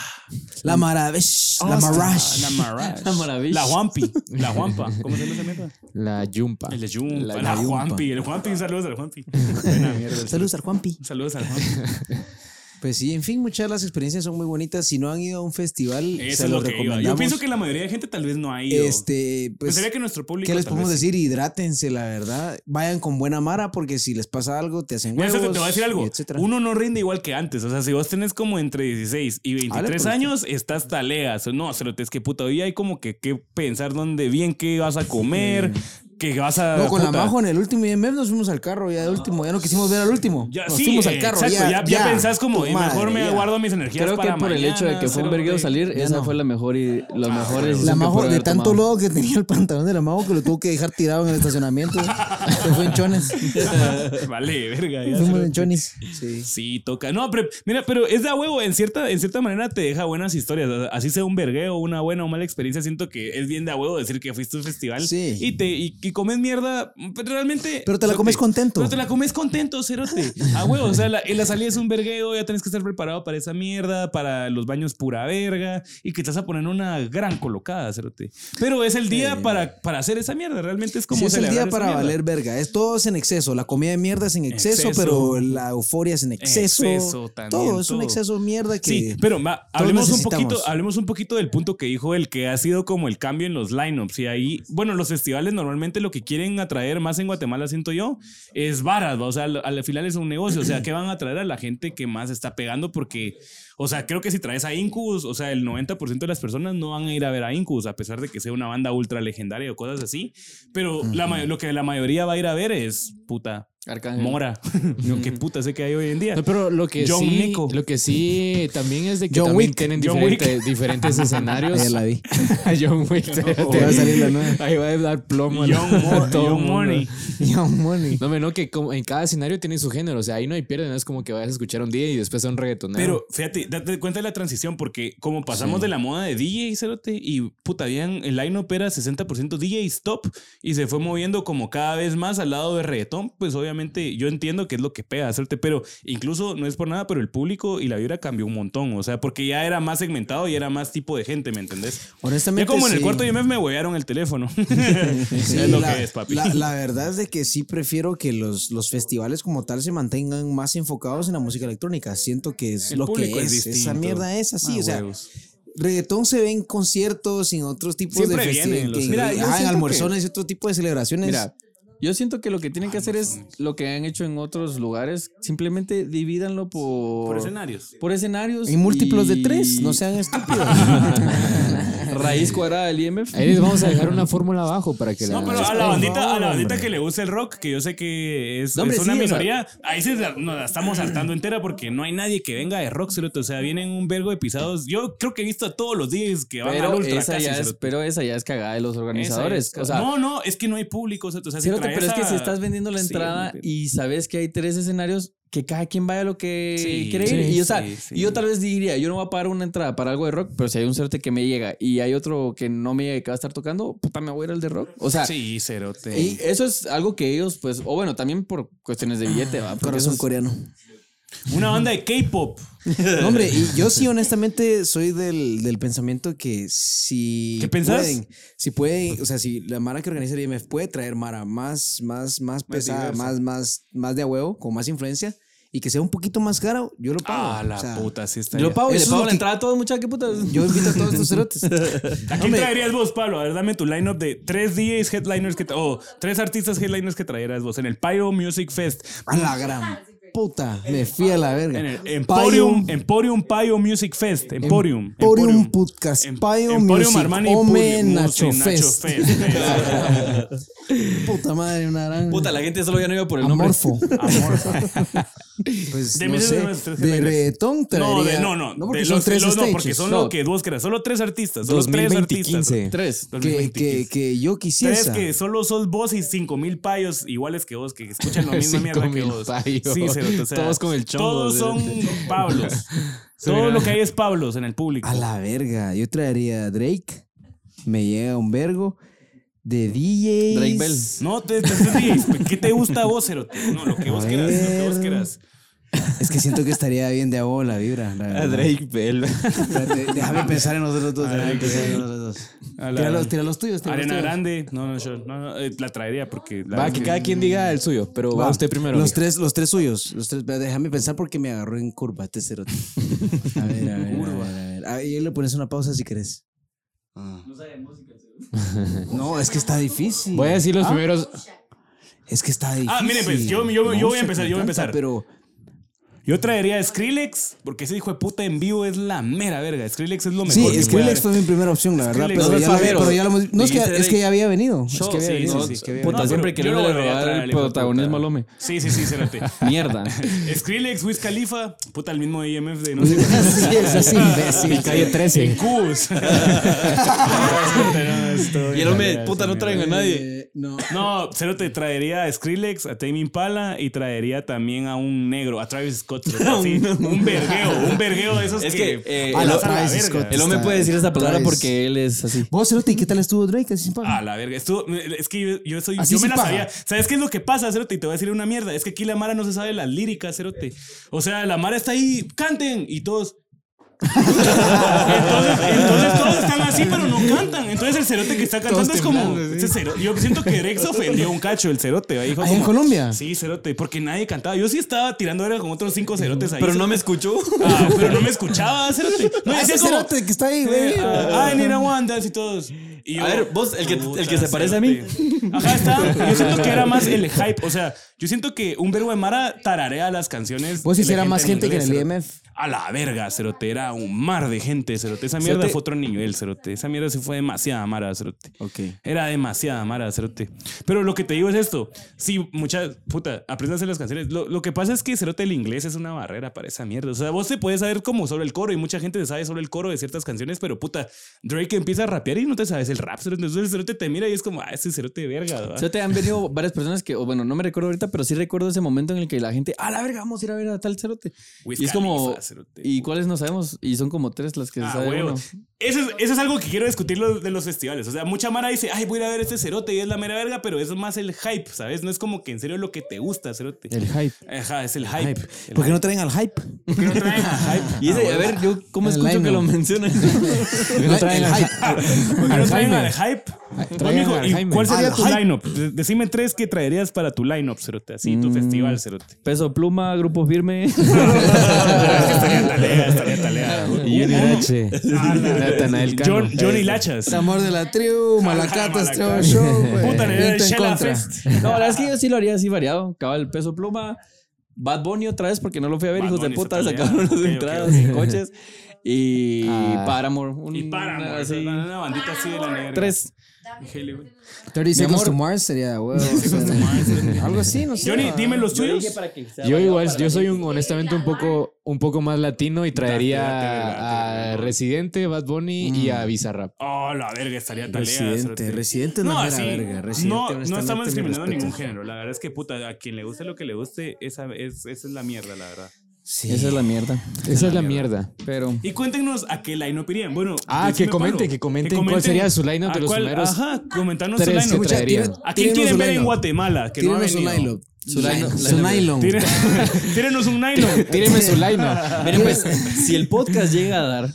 B: La maravilla. La marash.
C: La Marash.
D: La Maravish.
C: La Juanpi. La Juanpa. ¿Cómo se llama esa mierda?
A: La yumpa.
C: El de Jump.
B: La
C: La,
B: Yumpa.
C: Juanpi. El Juanpi. Saludos al Juanpi. Buena mierda.
B: Saludos al Juanpi.
C: Saludos al Juanpi.
B: Pues sí, en fin, muchas de las experiencias son muy bonitas. Si no han ido a un festival,
C: Eso
B: se
C: es lo
B: los
C: que iba.
B: recomendamos.
C: Yo pienso que la mayoría de gente tal vez no ha ido.
B: este, pues,
C: Pensaría que nuestro público.
B: ¿Qué les
C: tal
B: podemos
C: vez-
B: decir? Hidrátense, la verdad. Vayan con buena mara porque si les pasa algo, te hacen
C: Mira,
B: huevos.
C: César, te voy a decir
B: y
C: algo.
B: etcétera.
C: Uno no rinde igual que antes. O sea, si vos tenés como entre 16 y 23
B: por
C: años, estás taleas. No, se lo es que puta. Hoy hay como que, que pensar dónde bien, qué vas a comer, qué vas a.
B: No, con la
C: puta.
B: majo en el último IMF nos fuimos al carro ya de último. Ya no quisimos ver al último.
C: Ya,
B: nos
C: sí,
B: fuimos al
C: eh,
B: carro.
C: exacto,
B: ya,
C: ya, ya pensás como,
B: Tu
C: eh, mejor
B: madre,
C: me
B: ya.
C: guardo mis energías
D: Creo que
C: para
D: por el hecho de que fue un
C: mañana, Ah,
D: vergueo
C: cerote.
D: salir,
B: Ya
D: esa
B: no.
D: fue la mejor y los mejores.
B: La
D: decisión que
B: majo
D: pude
B: de
D: haber
B: tanto
D: tomado.
B: lodo que tenía el pantalón de la majo que lo tuvo que dejar tirado en el estacionamiento. Se fue en chones.
C: Vale, verga. ya,
B: Fuimos
C: cerote.
B: en chones. Sí.
C: Sí, toca. No, pero mira, pero es de a huevo. En cierta, en cierta manera te deja buenas historias. O sea, Así sea un vergueo, una buena o mala experiencia. Siento que es bien de a huevo decir que fuiste a un festival
B: Sí.
C: y te y, y comes mierda. Pero realmente.
B: Pero te la comes contento.
C: Pero te la comes contento, cerote. A huevo. O sea, la, en la salida es un vergueo. Ya tienes que estar preparado para esa mierda, para los baños pura verga y que te vas a poner una gran colocada, cerote. Pero es el día para, para hacer esa mierda. Realmente es como
B: Sí, es el
C: celebrar
B: día
C: esa
B: para
C: mierda.
B: valer verga. Es todo es en exceso. La comida de mierda es en exceso,
C: Exceso.
B: pero la euforia es en exceso.
C: Exceso también,
B: todo es un
C: todo.
B: exceso de mierda que.
C: Sí, pero ma, hablemos un
B: necesitamos.
C: poquito, ah, hablemos un poquito del punto que dijo el que ha sido como el cambio en los lineups y ahí, bueno, los festivales normalmente lo que quieren atraer más en Guatemala siento yo es varas, ¿va? o sea, al, al final es un negocio, o sea, que van a atraer a la gente que más está pegando porque o sea, creo que si traes a Incubus, o sea, el 90% de las personas no van a ir a ver a Incubus, a pesar de que sea una banda ultra legendaria o cosas así. Pero la ma- lo que la mayoría va a ir a ver es, puta,
D: Arcángel.
C: Mora. No, qué puta sé que hay hoy en día.
A: No, pero lo que
C: John
A: sí,
C: Nico.
A: lo que sí también es de que
C: John
A: también
C: Wick.
A: tienen
C: John
A: diferente- diferentes escenarios.
B: Ya la vi.
A: John Wick.
B: Te va a salir la nueva.
A: Ahí va a dar plomo. a la-
C: Young, Mo-
A: a todo
C: Young
A: mundo.
C: Money.
B: Young Money.
A: No, me no, que como en cada escenario tiene su género. O sea, ahí no hay pierde. No es como que vayas a escuchar un día y después a un reggaetonero.
C: Pero fíjate, date cuenta de la transición, porque como pasamos de la moda de DJ, cerote, y puta, habían el line-up era 60% DJs top y se fue moviendo como cada vez más al lado de reggaetón, pues obviamente yo entiendo que es lo que pega, cerote, pero incluso no es por nada, pero el público y la vibra cambió un montón, o sea, porque ya era más segmentado y era más tipo de gente, ¿me entendés? Ya
B: Honestamente.
C: como en el
B: sí.
C: cuarto IMF me huevearon el teléfono. es lo
B: la,
C: que es, papi.
B: la- la verdad es de que sí prefiero que los, los festivales como tal se mantengan más enfocados en la música electrónica. Siento que es
C: El
B: lo que
C: público es
B: es. Esa
C: distinto.
B: mierda es así.
C: Ah,
B: o sea,
C: huevos.
B: reggaetón se ve en conciertos y en otros tipos
C: Siempre
B: de
C: vienen
B: festivales.
C: los-
B: que-
C: Mira, yo
B: ajá, en
D: siento
B: almuerzones y otro tipo de celebraciones.
D: Mira, yo siento que lo que tienen que hacer es lo que han hecho en otros lugares. Simplemente divídanlo por,
C: Por escenarios.
D: por escenarios.
B: y múltiplos de
D: y-
B: tres, no sean estúpidos.
D: Raíz cuadrada del IMF.
A: Ahí les vamos a dejar una fórmula abajo para que
C: No,
A: la.
C: pero a la bandita, a la bandita que le gusta el rock, que yo sé que es,
D: No, hombre,
C: es una
D: sí, o sea-
C: minoría, ahí se la- nos la estamos saltando entera porque no hay nadie que venga de rock, cerote. O sea, vienen un vergo de pisados. Yo creo que he visto a todos los DJs que van al
D: Pero
C: ultra
D: esa,
C: casi,
D: ya es,
C: cerote.
D: pero esa ya es cagada de los
C: Esa
D: organizadores.
C: es-
D: O sea,
C: no, no, es que no hay público, cerote. O sea, si
D: Cierto,
C: traes
D: pero es que
C: a-
D: si estás vendiendo la
C: Sí,
D: entrada
C: pero-
D: y sabes que hay tres escenarios, que cada quien vaya lo que
C: Sí,
D: quiere ir.
C: sí,
D: y o sea,
C: sí, sí.
D: y yo tal vez diría, yo no voy a pagar una entrada para algo de rock, pero si hay un certe que me llega y hay otro que no me llega y que va a estar tocando, puta, me voy a ir al de rock. O sea,
C: Sí, cerote.
D: y eso es algo que ellos, pues, o bueno, también por cuestiones de billete, va. Porque eso
B: Corazón
D: es-
B: coreano.
C: Una banda de K-pop.
B: No, hombre, y yo sí honestamente soy del, del pensamiento que si
C: ¿Qué pensás?
B: pueden, si pueden, o sea, si la mara que organiza el IMF puede traer mara más, más, más pesada,
C: diversa.
B: más, más, más de a huevo, con más influencia y que sea un poquito más caro, yo lo pago.
C: Ah, la
B: O sea,
C: puta, sí está.
D: Yo pago y
B: Eso
D: le
B: es
D: pago
B: lo
D: la
B: que-
D: entrada a todos, muchachos, qué puta.
B: Yo invito a todos estos cerotes.
C: ¿A quién traerías vos, Pablo? A ver, dame tu lineup de tres DJs headliners que. tra- O tres artistas headliners que traerías vos en el Pyro Music Fest.
B: A la gran puta, me fui a la verga.
C: En el Emporium, Emporium Pio Music Fest. Emporium. Em,
B: Emporium Podcast, Pio Music, Ome
C: Pul-
B: Nacho
C: Music
B: Fest.
C: Fest.
B: puta madre, una gran
D: Puta, la gente solo ya no iba por el nombre.
B: amorfo.
C: Amor.
B: Pues,
C: De
B: no
C: mis
B: sé,
C: tres tres
B: de
C: headliners.
B: reggaetón
C: No, de-
B: traería-
C: no, no.
B: no porque
C: de
B: son
C: los,
B: tres
C: los- No,
B: stages.
C: porque son
D: No.
C: lo que vos creas. Solo tres artistas. Solo tres
A: 2015.
C: artistas.
D: Tres.
B: que, que,
C: 2025.
B: que yo
C: Tres
B: quisiera.
C: que solo sos vos y cinco mil payos iguales que vos, que escuchan la misma
A: Cinco
C: mierda que
A: mil
C: vos.
A: payos.
C: Sí, cerote, o sea,
A: Todos con el chongo,
C: Todos son
A: cerote.
C: Pablos. Todo
A: mira.
C: lo que hay es Pablos en el público.
B: A la verga, yo traería a Drake. Me llega un vergo de DJs.
D: Drake Bell.
C: No, te, te- te- te- ¿qué te gusta a vos, cerote? No, lo que vos
B: A
C: quieras, lo que vos
B: ver.
C: quieras.
B: Es que siento que estaría bien de abajo la vibra. la
D: Ah,
B: verdad.
A: Bell.
B: Espérate, Déjame pensar en nosotros dos.
C: A
B: Déjame
C: Drake
B: pensar en nosotros dos.
C: A la-
B: Tira los, tira los tuyos. tira los
C: Arena
B: tuyos.
C: Grande, Mm. no, no, yo no, no, eh, la traería porque la
A: Va,
C: verdad
A: que
C: Ah, que-
A: cada quien diga el suyo, pero va,
B: Va,
A: usted primero.
B: Los
A: mijo.
B: tres, los tres suyos. Los tres, espérate, déjame pensar porque me agarró en curva este cerote. A ver, a ver, a ver, a ver. Ahí le pones una pausa si querés. No, es que está difícil.
A: Voy a decir los primeros.
B: Es que está difícil.
C: Ah, mire, pues, yo- yo- yo voy a empezar, yo voy a
B: Tanta,
C: empezar.
B: Pero
C: Yo traería a Skrillex porque ese hijo de puta en vivo es la mera verga. Skrillex es lo mejor.
B: sí,
C: que puede
B: Skrillex
C: haber.
B: fue mi primera opción, la verdad.
C: Skrillex,
B: Pero
C: no
B: ya,
D: fue
B: lo,
D: Faveros.
B: pero ya lo hemos- No, es que,
D: Dijiste
B: es que ya había venido.
D: Yo,
B: es que había
D: sí,
B: venido.
D: no,
C: sí, es que había
D: puta,
C: venido.
D: siempre
C: Yo
D: queriendo
C: lo
D: le
C: volvería a
D: robar
C: traer,
D: el
C: hijo de puta.
D: protagonismo al hombre.
C: Sí, sí, sí, espérate.
D: Mierda.
C: Skrillex, Wiz Khalifa, puta, el mismo IMF de no sé
B: sí, es así, imbécil. Eh,
A: Calle 13.
C: Cubos.
D: Y el hombre, puta, no traigan a nadie.
B: Eh, No.
C: No, cero te traería a Skrillex, a Tame Impala y traería también a un negro, a Travis Scott. cerote, así, un vergueo, un vergueo de esos
D: Es que,
C: que,
D: eh,
C: pasan
D: el-
C: a la
B: Travis
C: verga.
B: Scott.
D: El hombre puede decir esta palabra
B: Traes-
D: porque él es así.
B: Vos, Cerote, ¿y qué tal estuvo Drake? Así sin pago.
C: Ah, la verga. Estuvo- es que yo, yo soy.
B: Así
C: yo me
B: sí
C: la
B: paga.
C: sabía. ¿Sabes qué es lo que pasa, Cerote? Y te voy a decir una mierda. Es que aquí la Mara no se sabe las líricas, Cerote. O sea, la Mara está ahí, canten. Y todos. entonces, entonces todos están así, pero no cantan. Entonces el cerote que está cantando es como. ese cero- yo siento que Rex ofendió un cacho el cerote. ahí dijo
B: ¿Ah, en
C: como,
B: Colombia?
C: Sí, cerote, porque nadie cantaba. Yo sí estaba tirando verga con otros cinco cerotes ahí.
D: Pero no me escuchó.
C: Ah, pero no me escuchaba, cerote. No,
B: Ah,
C: decía
B: ese
C: como.
B: Cerote que está ahí, güey.
C: Ah, en Iraguandas y todos. Y
D: A ver, vos, el que- el que se parece a mí.
C: mí. Ajá, está. Yo siento que era más el hype. O sea, yo siento que un verbo de Mara tararea las canciones.
B: Vos
C: de la
B: hiciera más gente que en el
C: inglés,
B: IMF.
C: ¿no? a la verga, cerote. Era un mar de gente, cerote. Esa mierda
A: Cerote-
C: fue otro nivel, cerote. Esa mierda se fue demasiada mara, cerote.
D: Ok.
C: Era demasiada mara, cerote. Pero lo que te digo es esto. Sí, muchas... Puta, apréndanse las canciones. Lo, lo que pasa es que, cerote, el inglés es una barrera para esa mierda. O sea, vos te puedes saber como solo el coro y mucha gente se sabe solo el coro de ciertas canciones, pero puta, Drake empieza a rapear y no te sabes el rap, cerote. Entonces el cerote te mira y es como, ah, ese cerote de verga, ¿verdad?
D: Cerote, han venido varias personas que, o bueno, no me recuerdo ahorita, pero sí recuerdo ese momento en el que la gente, a la verga, vamos a ir a ver a tal cerote.
C: Wiz
D: y es como,
C: Khalifa, cerote.
D: ¿y cuáles no sabemos? Y son como tres las que se
C: Ah,
D: sabe
C: huevo.
D: uno.
C: Eso es, eso es algo que quiero discutir lo- de los festivales. O sea, mucha Mara dice, ay, voy a ir a ver este cerote y es la mera verga, pero eso es más el hype, ¿sabes? No es como que en serio lo que te gusta, cerote.
A: El hype.
C: Ajá, es el hype. El
B: ¿Por qué no traen al hype?
C: ¿Por qué no traen a hype?
D: Y ese, a ver, yo cómo
B: El
D: escucho que
B: Lionel.
D: lo mencionan.
A: no traen
B: El
A: al-
B: hype.
C: ¿Por qué no
A: Al
C: traen
A: Jaime.
C: al hype?
A: traigan
C: Amigo,
A: al
C: ¿y
A: Jaime.
C: ¿Cuál sería
B: Al
C: tu
B: hype.
C: lineup? De- Decime tres que traerías para tu lineup, cerote. Así, tu
D: Mm.
C: festival, cerote.
D: Peso pluma, grupo firme.
C: Es que estaría talea, estaría talea.
A: Junior H. Natanael Cano.
C: John, Johnny Lachas.
B: El amor de la tribu, Malacatas,
C: este
B: Trevor Show. güey.
C: Puta, le
B: Viento
C: el
B: en
C: Shella
B: contra.
C: Fest.
D: No, la verdad es que yo sí lo haría así variado. Cabal, peso pluma. Bad Bunny otra vez porque no lo fui a ver,
C: Bad
D: hijos de
C: Bunny
D: puta.
C: está
D: Sacaron
C: peleado.
D: las
C: Ok, ok,
D: entradas
C: ok.
D: en coches. Y
A: Ah.
D: Paramore. un-
C: Y para, pues,
D: así.
C: una bandita así de la negra.
D: Tres.
C: Haley-
B: 30 Seconds
D: amor.
B: to Mars sería, huevo. Algo así, no sé. Ah,
C: Johnny, dime los tuyos.
A: Yo igual, yo soy un, honestamente un poco, un poco más latino y traería a Residente, Bad Bunny
C: Mm.
A: y a Bizarrap.
C: Oh, la verga, estaría talea.
B: Residente,
C: cerote.
B: residente es
C: No,
B: la mera
C: así,
B: verga. Residente,
C: no, no
B: honestamente,
C: estamos
B: mis
C: discriminando ningún
B: respetos.
C: género. La verdad es que, puta, a quien le guste lo que le guste, esa es, esa es la mierda, la verdad.
B: Sí.
D: Esa es la mierda.
A: Esa es la mierda.
D: Pero.
C: Y cuéntenos a qué line irían. Bueno,
A: Ah,
C: decime,
A: que comenten,
C: Pablo,
A: que comenten cuál sería su lineup de
C: a
A: los primeros
C: Ajá, comentanos su
A: tres que
C: lineup.
A: Escucha, traerían.
B: tiren-
C: ¿A quién
B: tírenos
C: quieren
B: un
C: ver en
B: nylon.
C: Guatemala? Que no ha
B: Tírenos un
C: venido.
B: nylon.
D: Su nylon.
B: Su nylon.
C: Tíren- Tírenos un nylon.
A: Tíreme su lineup.
D: Miren, pues, si el podcast llega a dar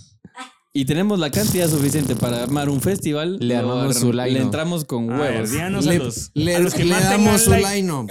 D: y tenemos la cantidad suficiente para armar un festival,
A: Le
D: lo
A: armamos
D: arm-
A: su
D: le
A: lino.
D: entramos con
C: A ver,
D: huevos.
C: díganos a
B: Le,
C: los,
B: le-
C: a los que
B: le
C: más tengan
B: damos su
C: like,
B: nylon.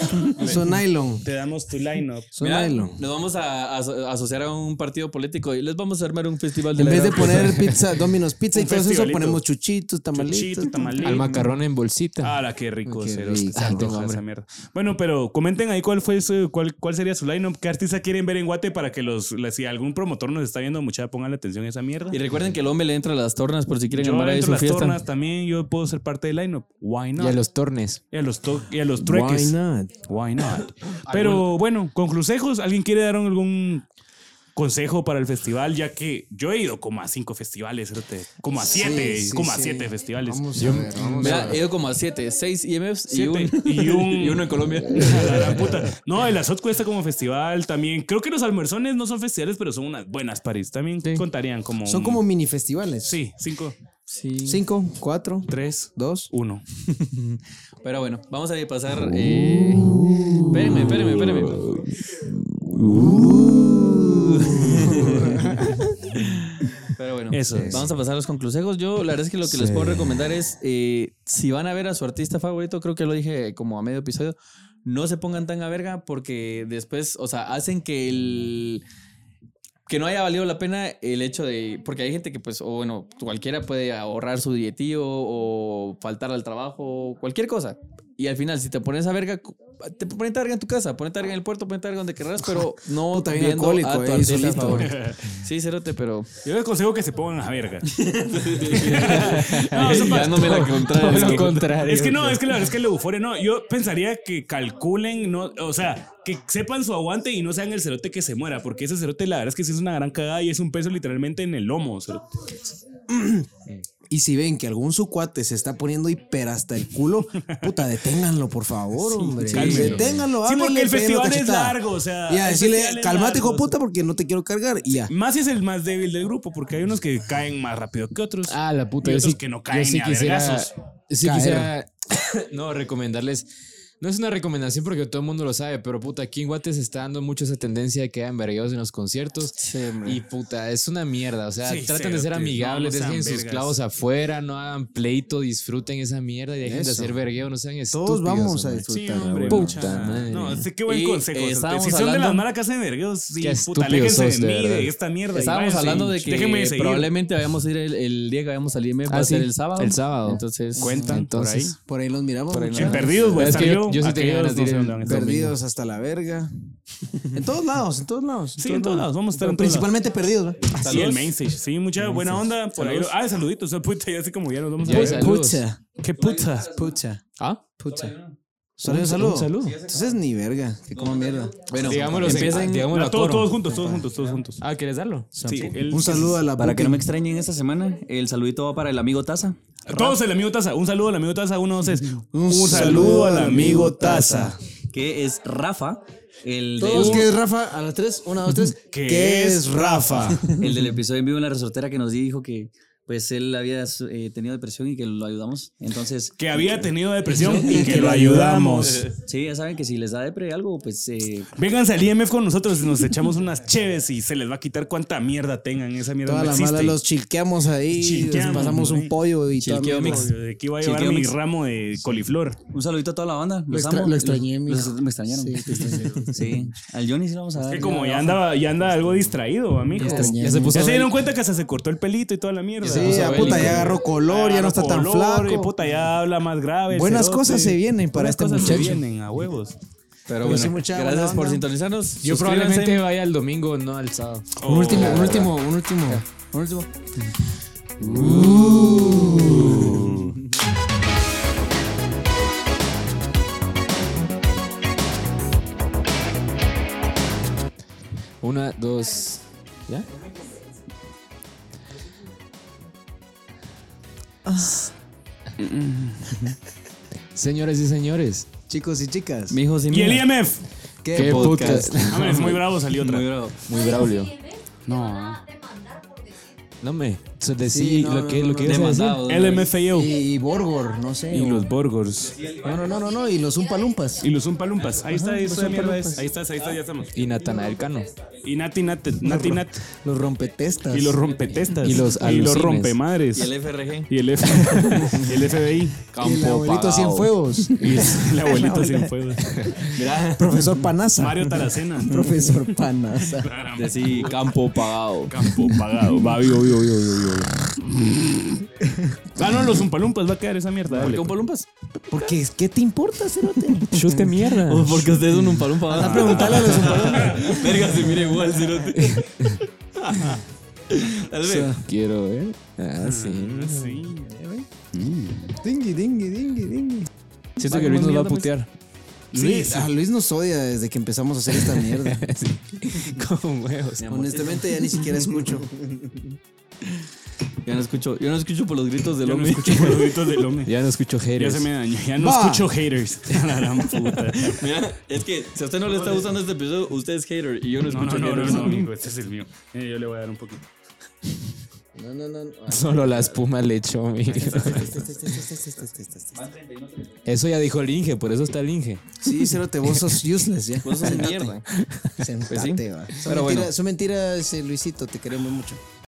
B: Su nylon.
C: Te damos tu lineup.
B: Su
D: Mira,
B: nylon.
D: nos vamos a, aso- asociar a un partido político y les vamos a armar un festival de
B: En
D: la
B: vez de
D: gran-
B: poner pizza, Domino's Pizza y
C: Un
B: todo eso,
C: festivalito.
B: ponemos chuchitos, tamalitos.
C: Chuchito, tamalito.
A: Al macarrón en bolsita.
C: Ah, la que rico,
B: Qué
C: cero,
B: rico.
C: se
B: Ah,
C: antoja
A: tengo hambre.
C: esa mierda. Bueno, pero comenten ahí cuál fue su, cuál, cuál sería su lineup, qué artista quieren ver en Guate para que los, la- si algún promotor nos está viendo, muchacha, pongan atención a esa mierda.
D: Y recuerden que el hombre le entra a las tornas por si quieren
C: yo
D: armar ahí
C: dentro de
D: su
C: las
D: fiesta.
C: tornas también yo puedo ser parte del lineup. Why
A: Y
C: not?
A: a los tornes.
C: Y a los, to- y a los trueques.
B: Why not?
C: Why not? Pero bueno, con consejos, ¿alguien quiere dar algún consejo para el festival? Ya que yo he ido como a cinco festivales, cerote, como a siete,
B: Sí, sí,
C: como a
B: sí.
C: siete festivales.
B: Vamos a ver, vamos a
D: Mira, he
B: ver.
D: ido como a siete, seis IMFs
C: Siete.
D: y un-
C: Y un-
D: y uno en Colombia.
C: A la gran puta. No, el Azot cuesta como festival también. Creo que los almuerzones no son festivales, pero son unas buenas paris. También
A: Sí.
C: contarían como.
B: Son
C: un-
B: como mini festivales.
C: Sí, cinco,
D: Sí.
B: Cinco, cuatro,
C: tres,
B: dos.
C: uno.
D: Pero bueno, vamos a pasar. eh, Espérenme, espérenme, espérenme. Pero bueno,
C: Eso es.
D: vamos a pasar a los consejos. Yo, la verdad es que lo que les puedo recomendar es: eh, si van a ver a su artista favorito, creo que lo dije como a medio episodio, no se pongan tan a verga porque después, o sea, hacen que el que no haya valido la pena el hecho de. Porque hay gente que, pues, o bueno, cualquiera puede ahorrar su dietío o faltar al trabajo, cualquier cosa. Y al final, si te pones a verga, cu- te pones a verga en tu casa, pones a verga en el puerto, pones a verga donde querrás, pero no
B: Puta, bien
D: viendo
B: alcohólico,
D: a tu
B: eh,
D: artista
B: solito.
D: favorito. Sí, cerote, pero.
C: Yo les aconsejo que se pongan a verga. No, eso
D: ya
C: pasa.
D: no me la contrario.
A: Todo lo contrario.
C: Es que no, es que la verdad es que la euforia no. Yo pensaría que calculen, no, o sea, que sepan su aguante y no sean el cerote que se muera, porque ese cerote la verdad es que sí es una gran cagada y es un peso literalmente en el lomo. cerote.
B: Y si ven que algún su cuate se está poniendo hiper hasta el culo, puta, deténganlo, por favor, hombre.
C: cálmenlo.
B: Deténganlo,
C: Sí,
B: háblenle,
C: porque el
B: pégale
C: festival
B: una
C: es
B: cachetada.
C: largo, o sea,
B: Y a
C: el
B: decirle,
C: festival es
B: calmate, hijo
C: largo,
B: puta, porque no te quiero cargar. Y ya.
C: Más si es el más débil del grupo, porque hay unos que caen más rápido que otros.
A: Ah, la puta.
C: Y
A: Yo
C: otros
A: sí,
C: que no caen
A: yo sí
C: ni a
A: quisiera.
C: vergazos.
A: Sí
B: Caer.
A: quisiera. no, recomendarles. No es una recomendación porque todo el mundo lo sabe, pero puta, aquí en Guate se está dando mucho esa tendencia de que hayan vergados en los conciertos. Y puta, es una mierda. O sea,
C: Sí,
A: tratan de ser
C: cerotes,
A: amigables,
C: no sean
A: dejen sus
C: vergas.
A: clavos afuera, no hagan pleito, disfruten esa mierda y dejen de hacer vergueo, no sean estúpidos.
B: Todos vamos a
A: hombre.
B: disfrutar.
C: hombre,
B: güey.
A: puta
C: mucha-
A: madre.
C: No, sí, qué buen
D: Y,
C: consejo.
D: eh,
C: cerote.
D: estábamos
C: si son de las
D: hablando-
C: maras que hacen vergueos, sí,
A: Qué
C: puta,
A: estúpidos
C: aléjense de
A: sos, de
C: mí,
A: verdad.
C: de esta mierda. y
D: Estábamos
C: váyanse,
D: hablando de que
C: déjenme de seguir.
D: probablemente vayamos a ir el, el día que vayamos al IMF, va
A: Ah,
D: a ser
A: sí,
D: el sábado.
A: el sábado.
D: Entonces,
C: Cuentan
A: Entonces,
B: Por ahí los miramos.
D: Por ahí
C: por
B: muchachos.
C: ahí. En perdidos, güey. Ah,
A: Es
C: estar
A: que yo-
C: yo,
A: yo sí
C: aquellos
A: tenía ganas de
C: no
A: ir
C: sé
A: el
C: dónde van a estar.
B: Perdidos hasta la verga. En todos lados, en todos lados.
C: Sí, en todos lados. Vamos a estar
B: Pero
C: en todos lados.
B: principalmente perdidos, ¿no?
C: Sí, el main stage. Sí, mucha buena onda. Por ahí. Ah, saluditos. Ah, puta, ya sé como ya nos vamos
A: Ya,
C: a ver.
A: saludos.
C: Qué puta.
B: Pucha.
A: ¿Ah?
B: Pucha. Solo un saludo. Entonces ni verga, que como mierda. Bueno,
A: Digámoslo, en-
F: empiecen-
A: digámoslo a
C: todos,
A: coro.
C: todos juntos, todos juntos, todos juntos.
A: Ah, ¿quieres darlo?
C: Sí, el-
B: un saludo a la
F: Para que
B: Putin.
F: no me extrañen esta semana, el saludito va para el amigo Taza.
C: a todos el amigo Taza. Un saludo al amigo Taza. Uno, dos, tres.
B: Un saludo al amigo Taza.
F: que es Rafa, el,
B: Todos
F: del,
B: que es Rafa, a las tres, una, dos, tres.
C: ¿Qué
B: ¿Qué
C: es
B: es Rafa?
F: el del episodio en vivo en la resortera que nos dijo que pues él había eh, tenido depresión y que lo ayudamos. Entonces,
C: Que había tenido depresión y que lo ayudamos.
F: sí, ya saben que si les da depre algo, pues eh,
C: Vénganse al IMF con nosotros y nos echamos unas cheves y se les va a quitar cuánta mierda tengan. Esa mierda
B: Toda
C: no
B: la
C: existe.
B: mala los chilqueamos ahí,
C: Chilqueamos,
B: les pasamos
C: güey.
B: un pollo y todo.
F: Chilqueo mix.
C: De aquí voy a llevar
F: Chiqueo
C: mi
F: mix.
C: ramo de coliflor.
F: un saludito a toda la banda. Los
B: extra-
F: amo.
B: lo extrañé,
F: Los-
B: mijo.
F: los- me extrañaron.
B: Sí, te
F: Sí, al Johnny sí lo vamos a dar.
C: Que como ya andaba, ya anda algo distraído, amigo.
A: Ya, se puso.
C: Ya se dieron cuenta que hasta se cortó el pelito y toda la mierda.
B: Sí, ya,
A: bélico.
B: puta, ya agarró color, ya no está tan
C: Color, y
B: flaco.
C: puta, ya habla más grave. el
B: Buenas
C: cerote.
B: cosas se vienen para
C: Buenas
B: este
C: cosas
B: muchacho.
C: se vienen a huevos.
D: Pero
B: Pues
D: bueno,
B: sí, mucha buena
D: gracias por
B: onda.
D: sintonizarnos.
A: Yo
D: Suscríbanse.
A: probablemente vaya el domingo, no al sábado.
B: Un último,
C: Oh.
B: un último, un último, un último.
A: Una, dos. ¿Ya? Señores y señores,
B: Chicos y chicas,
D: Mi hijo sí,
C: Y el
D: mira.
C: IMF.
B: qué,
A: qué
B: podcast.
A: putas.
C: Ah, es muy bravo salió otra.
D: Muy bravo.
A: Muy Braulio.
G: No.
A: No me. so, decí
B: Sí, no,
A: lo
B: no,
A: que,
B: no,
A: lo
B: no.
A: que ibas a decir.
D: Demandado.
C: El MFAO.
B: Y, y Borgor, no sé.
C: Y
B: o-
C: los Borgors.
B: no, no, no, no, no, y los Umpalumpas.
C: Y los Umpalumpas. Ahí está, ahí está, mierda es. Ahí está, ahí está, ya estamos.
A: Y Natanael Cano.
C: Y Nati Nat, Nati Nat.
B: Los rompetestas.
C: Y los rompetestas.
A: Y los
C: y los
A: alucines.
C: rompemadres.
D: Y el FRG.
C: Y el, F y el FBI.
B: Y el abuelito Cienfuegos.
C: Y el abuelito sin fuego.
D: Mira,
B: Profesor Panaza.
C: Mario Taracena.
B: Profesor Panaza.
D: decí campo pagado.
C: Campo pagado. Va, vivo, vivo, vivo, vivo, vivo. Ah, no, los Umpalumpas va a quedar esa mierda.
D: ¿Por
C: dale.
D: qué un palumpas?
B: Porque, ¿qué te importa, Cerote?
A: Chuste mierda.
D: Porque usted es un palumpa.
B: Anda a preguntarle a los Umpalumpas.
D: Verga, se mira igual, cerote. Tal vez.
A: Quiero ver. Ah, sí.
C: Sí.
B: Dingui, dingui, dingui, dingui.
A: Siento que Luis nos va a
C: mierda, pues.
A: putear.
B: Sí, a Luis nos odia desde que empezamos a hacer esta mierda.
A: Con huevos.
B: Honestamente, ya ni siquiera escucho.
D: Yo no escucho, yo no escucho por los gritos del
C: Yo no
D: hombre.
C: escucho por los gritos del hombre.
A: Ya no escucho
C: Ya
A: haters.
C: se me dañó. Ya no
B: Va.
C: escucho haters. A la gran puta.
D: Mira, es que si a usted no le está gustando este episodio, usted es hater y yo no
C: No, no,
D: escucho
C: no, no,
D: haters.
C: no, amigo. Este es el mío. Eh, yo le voy a dar un poquito.
B: No, no, no. no.
A: Solo la espuma le echó, mi. Eso ya dijo el Inge, por eso está el Inge.
B: Sí, Cerote, vos sos useless ya.
D: Vos sos mierda. Pues
B: Sentate, va. Son,
A: Pero
B: mentira-
A: bueno.
B: son mentiras, eh, Luisito, te queremos mucho.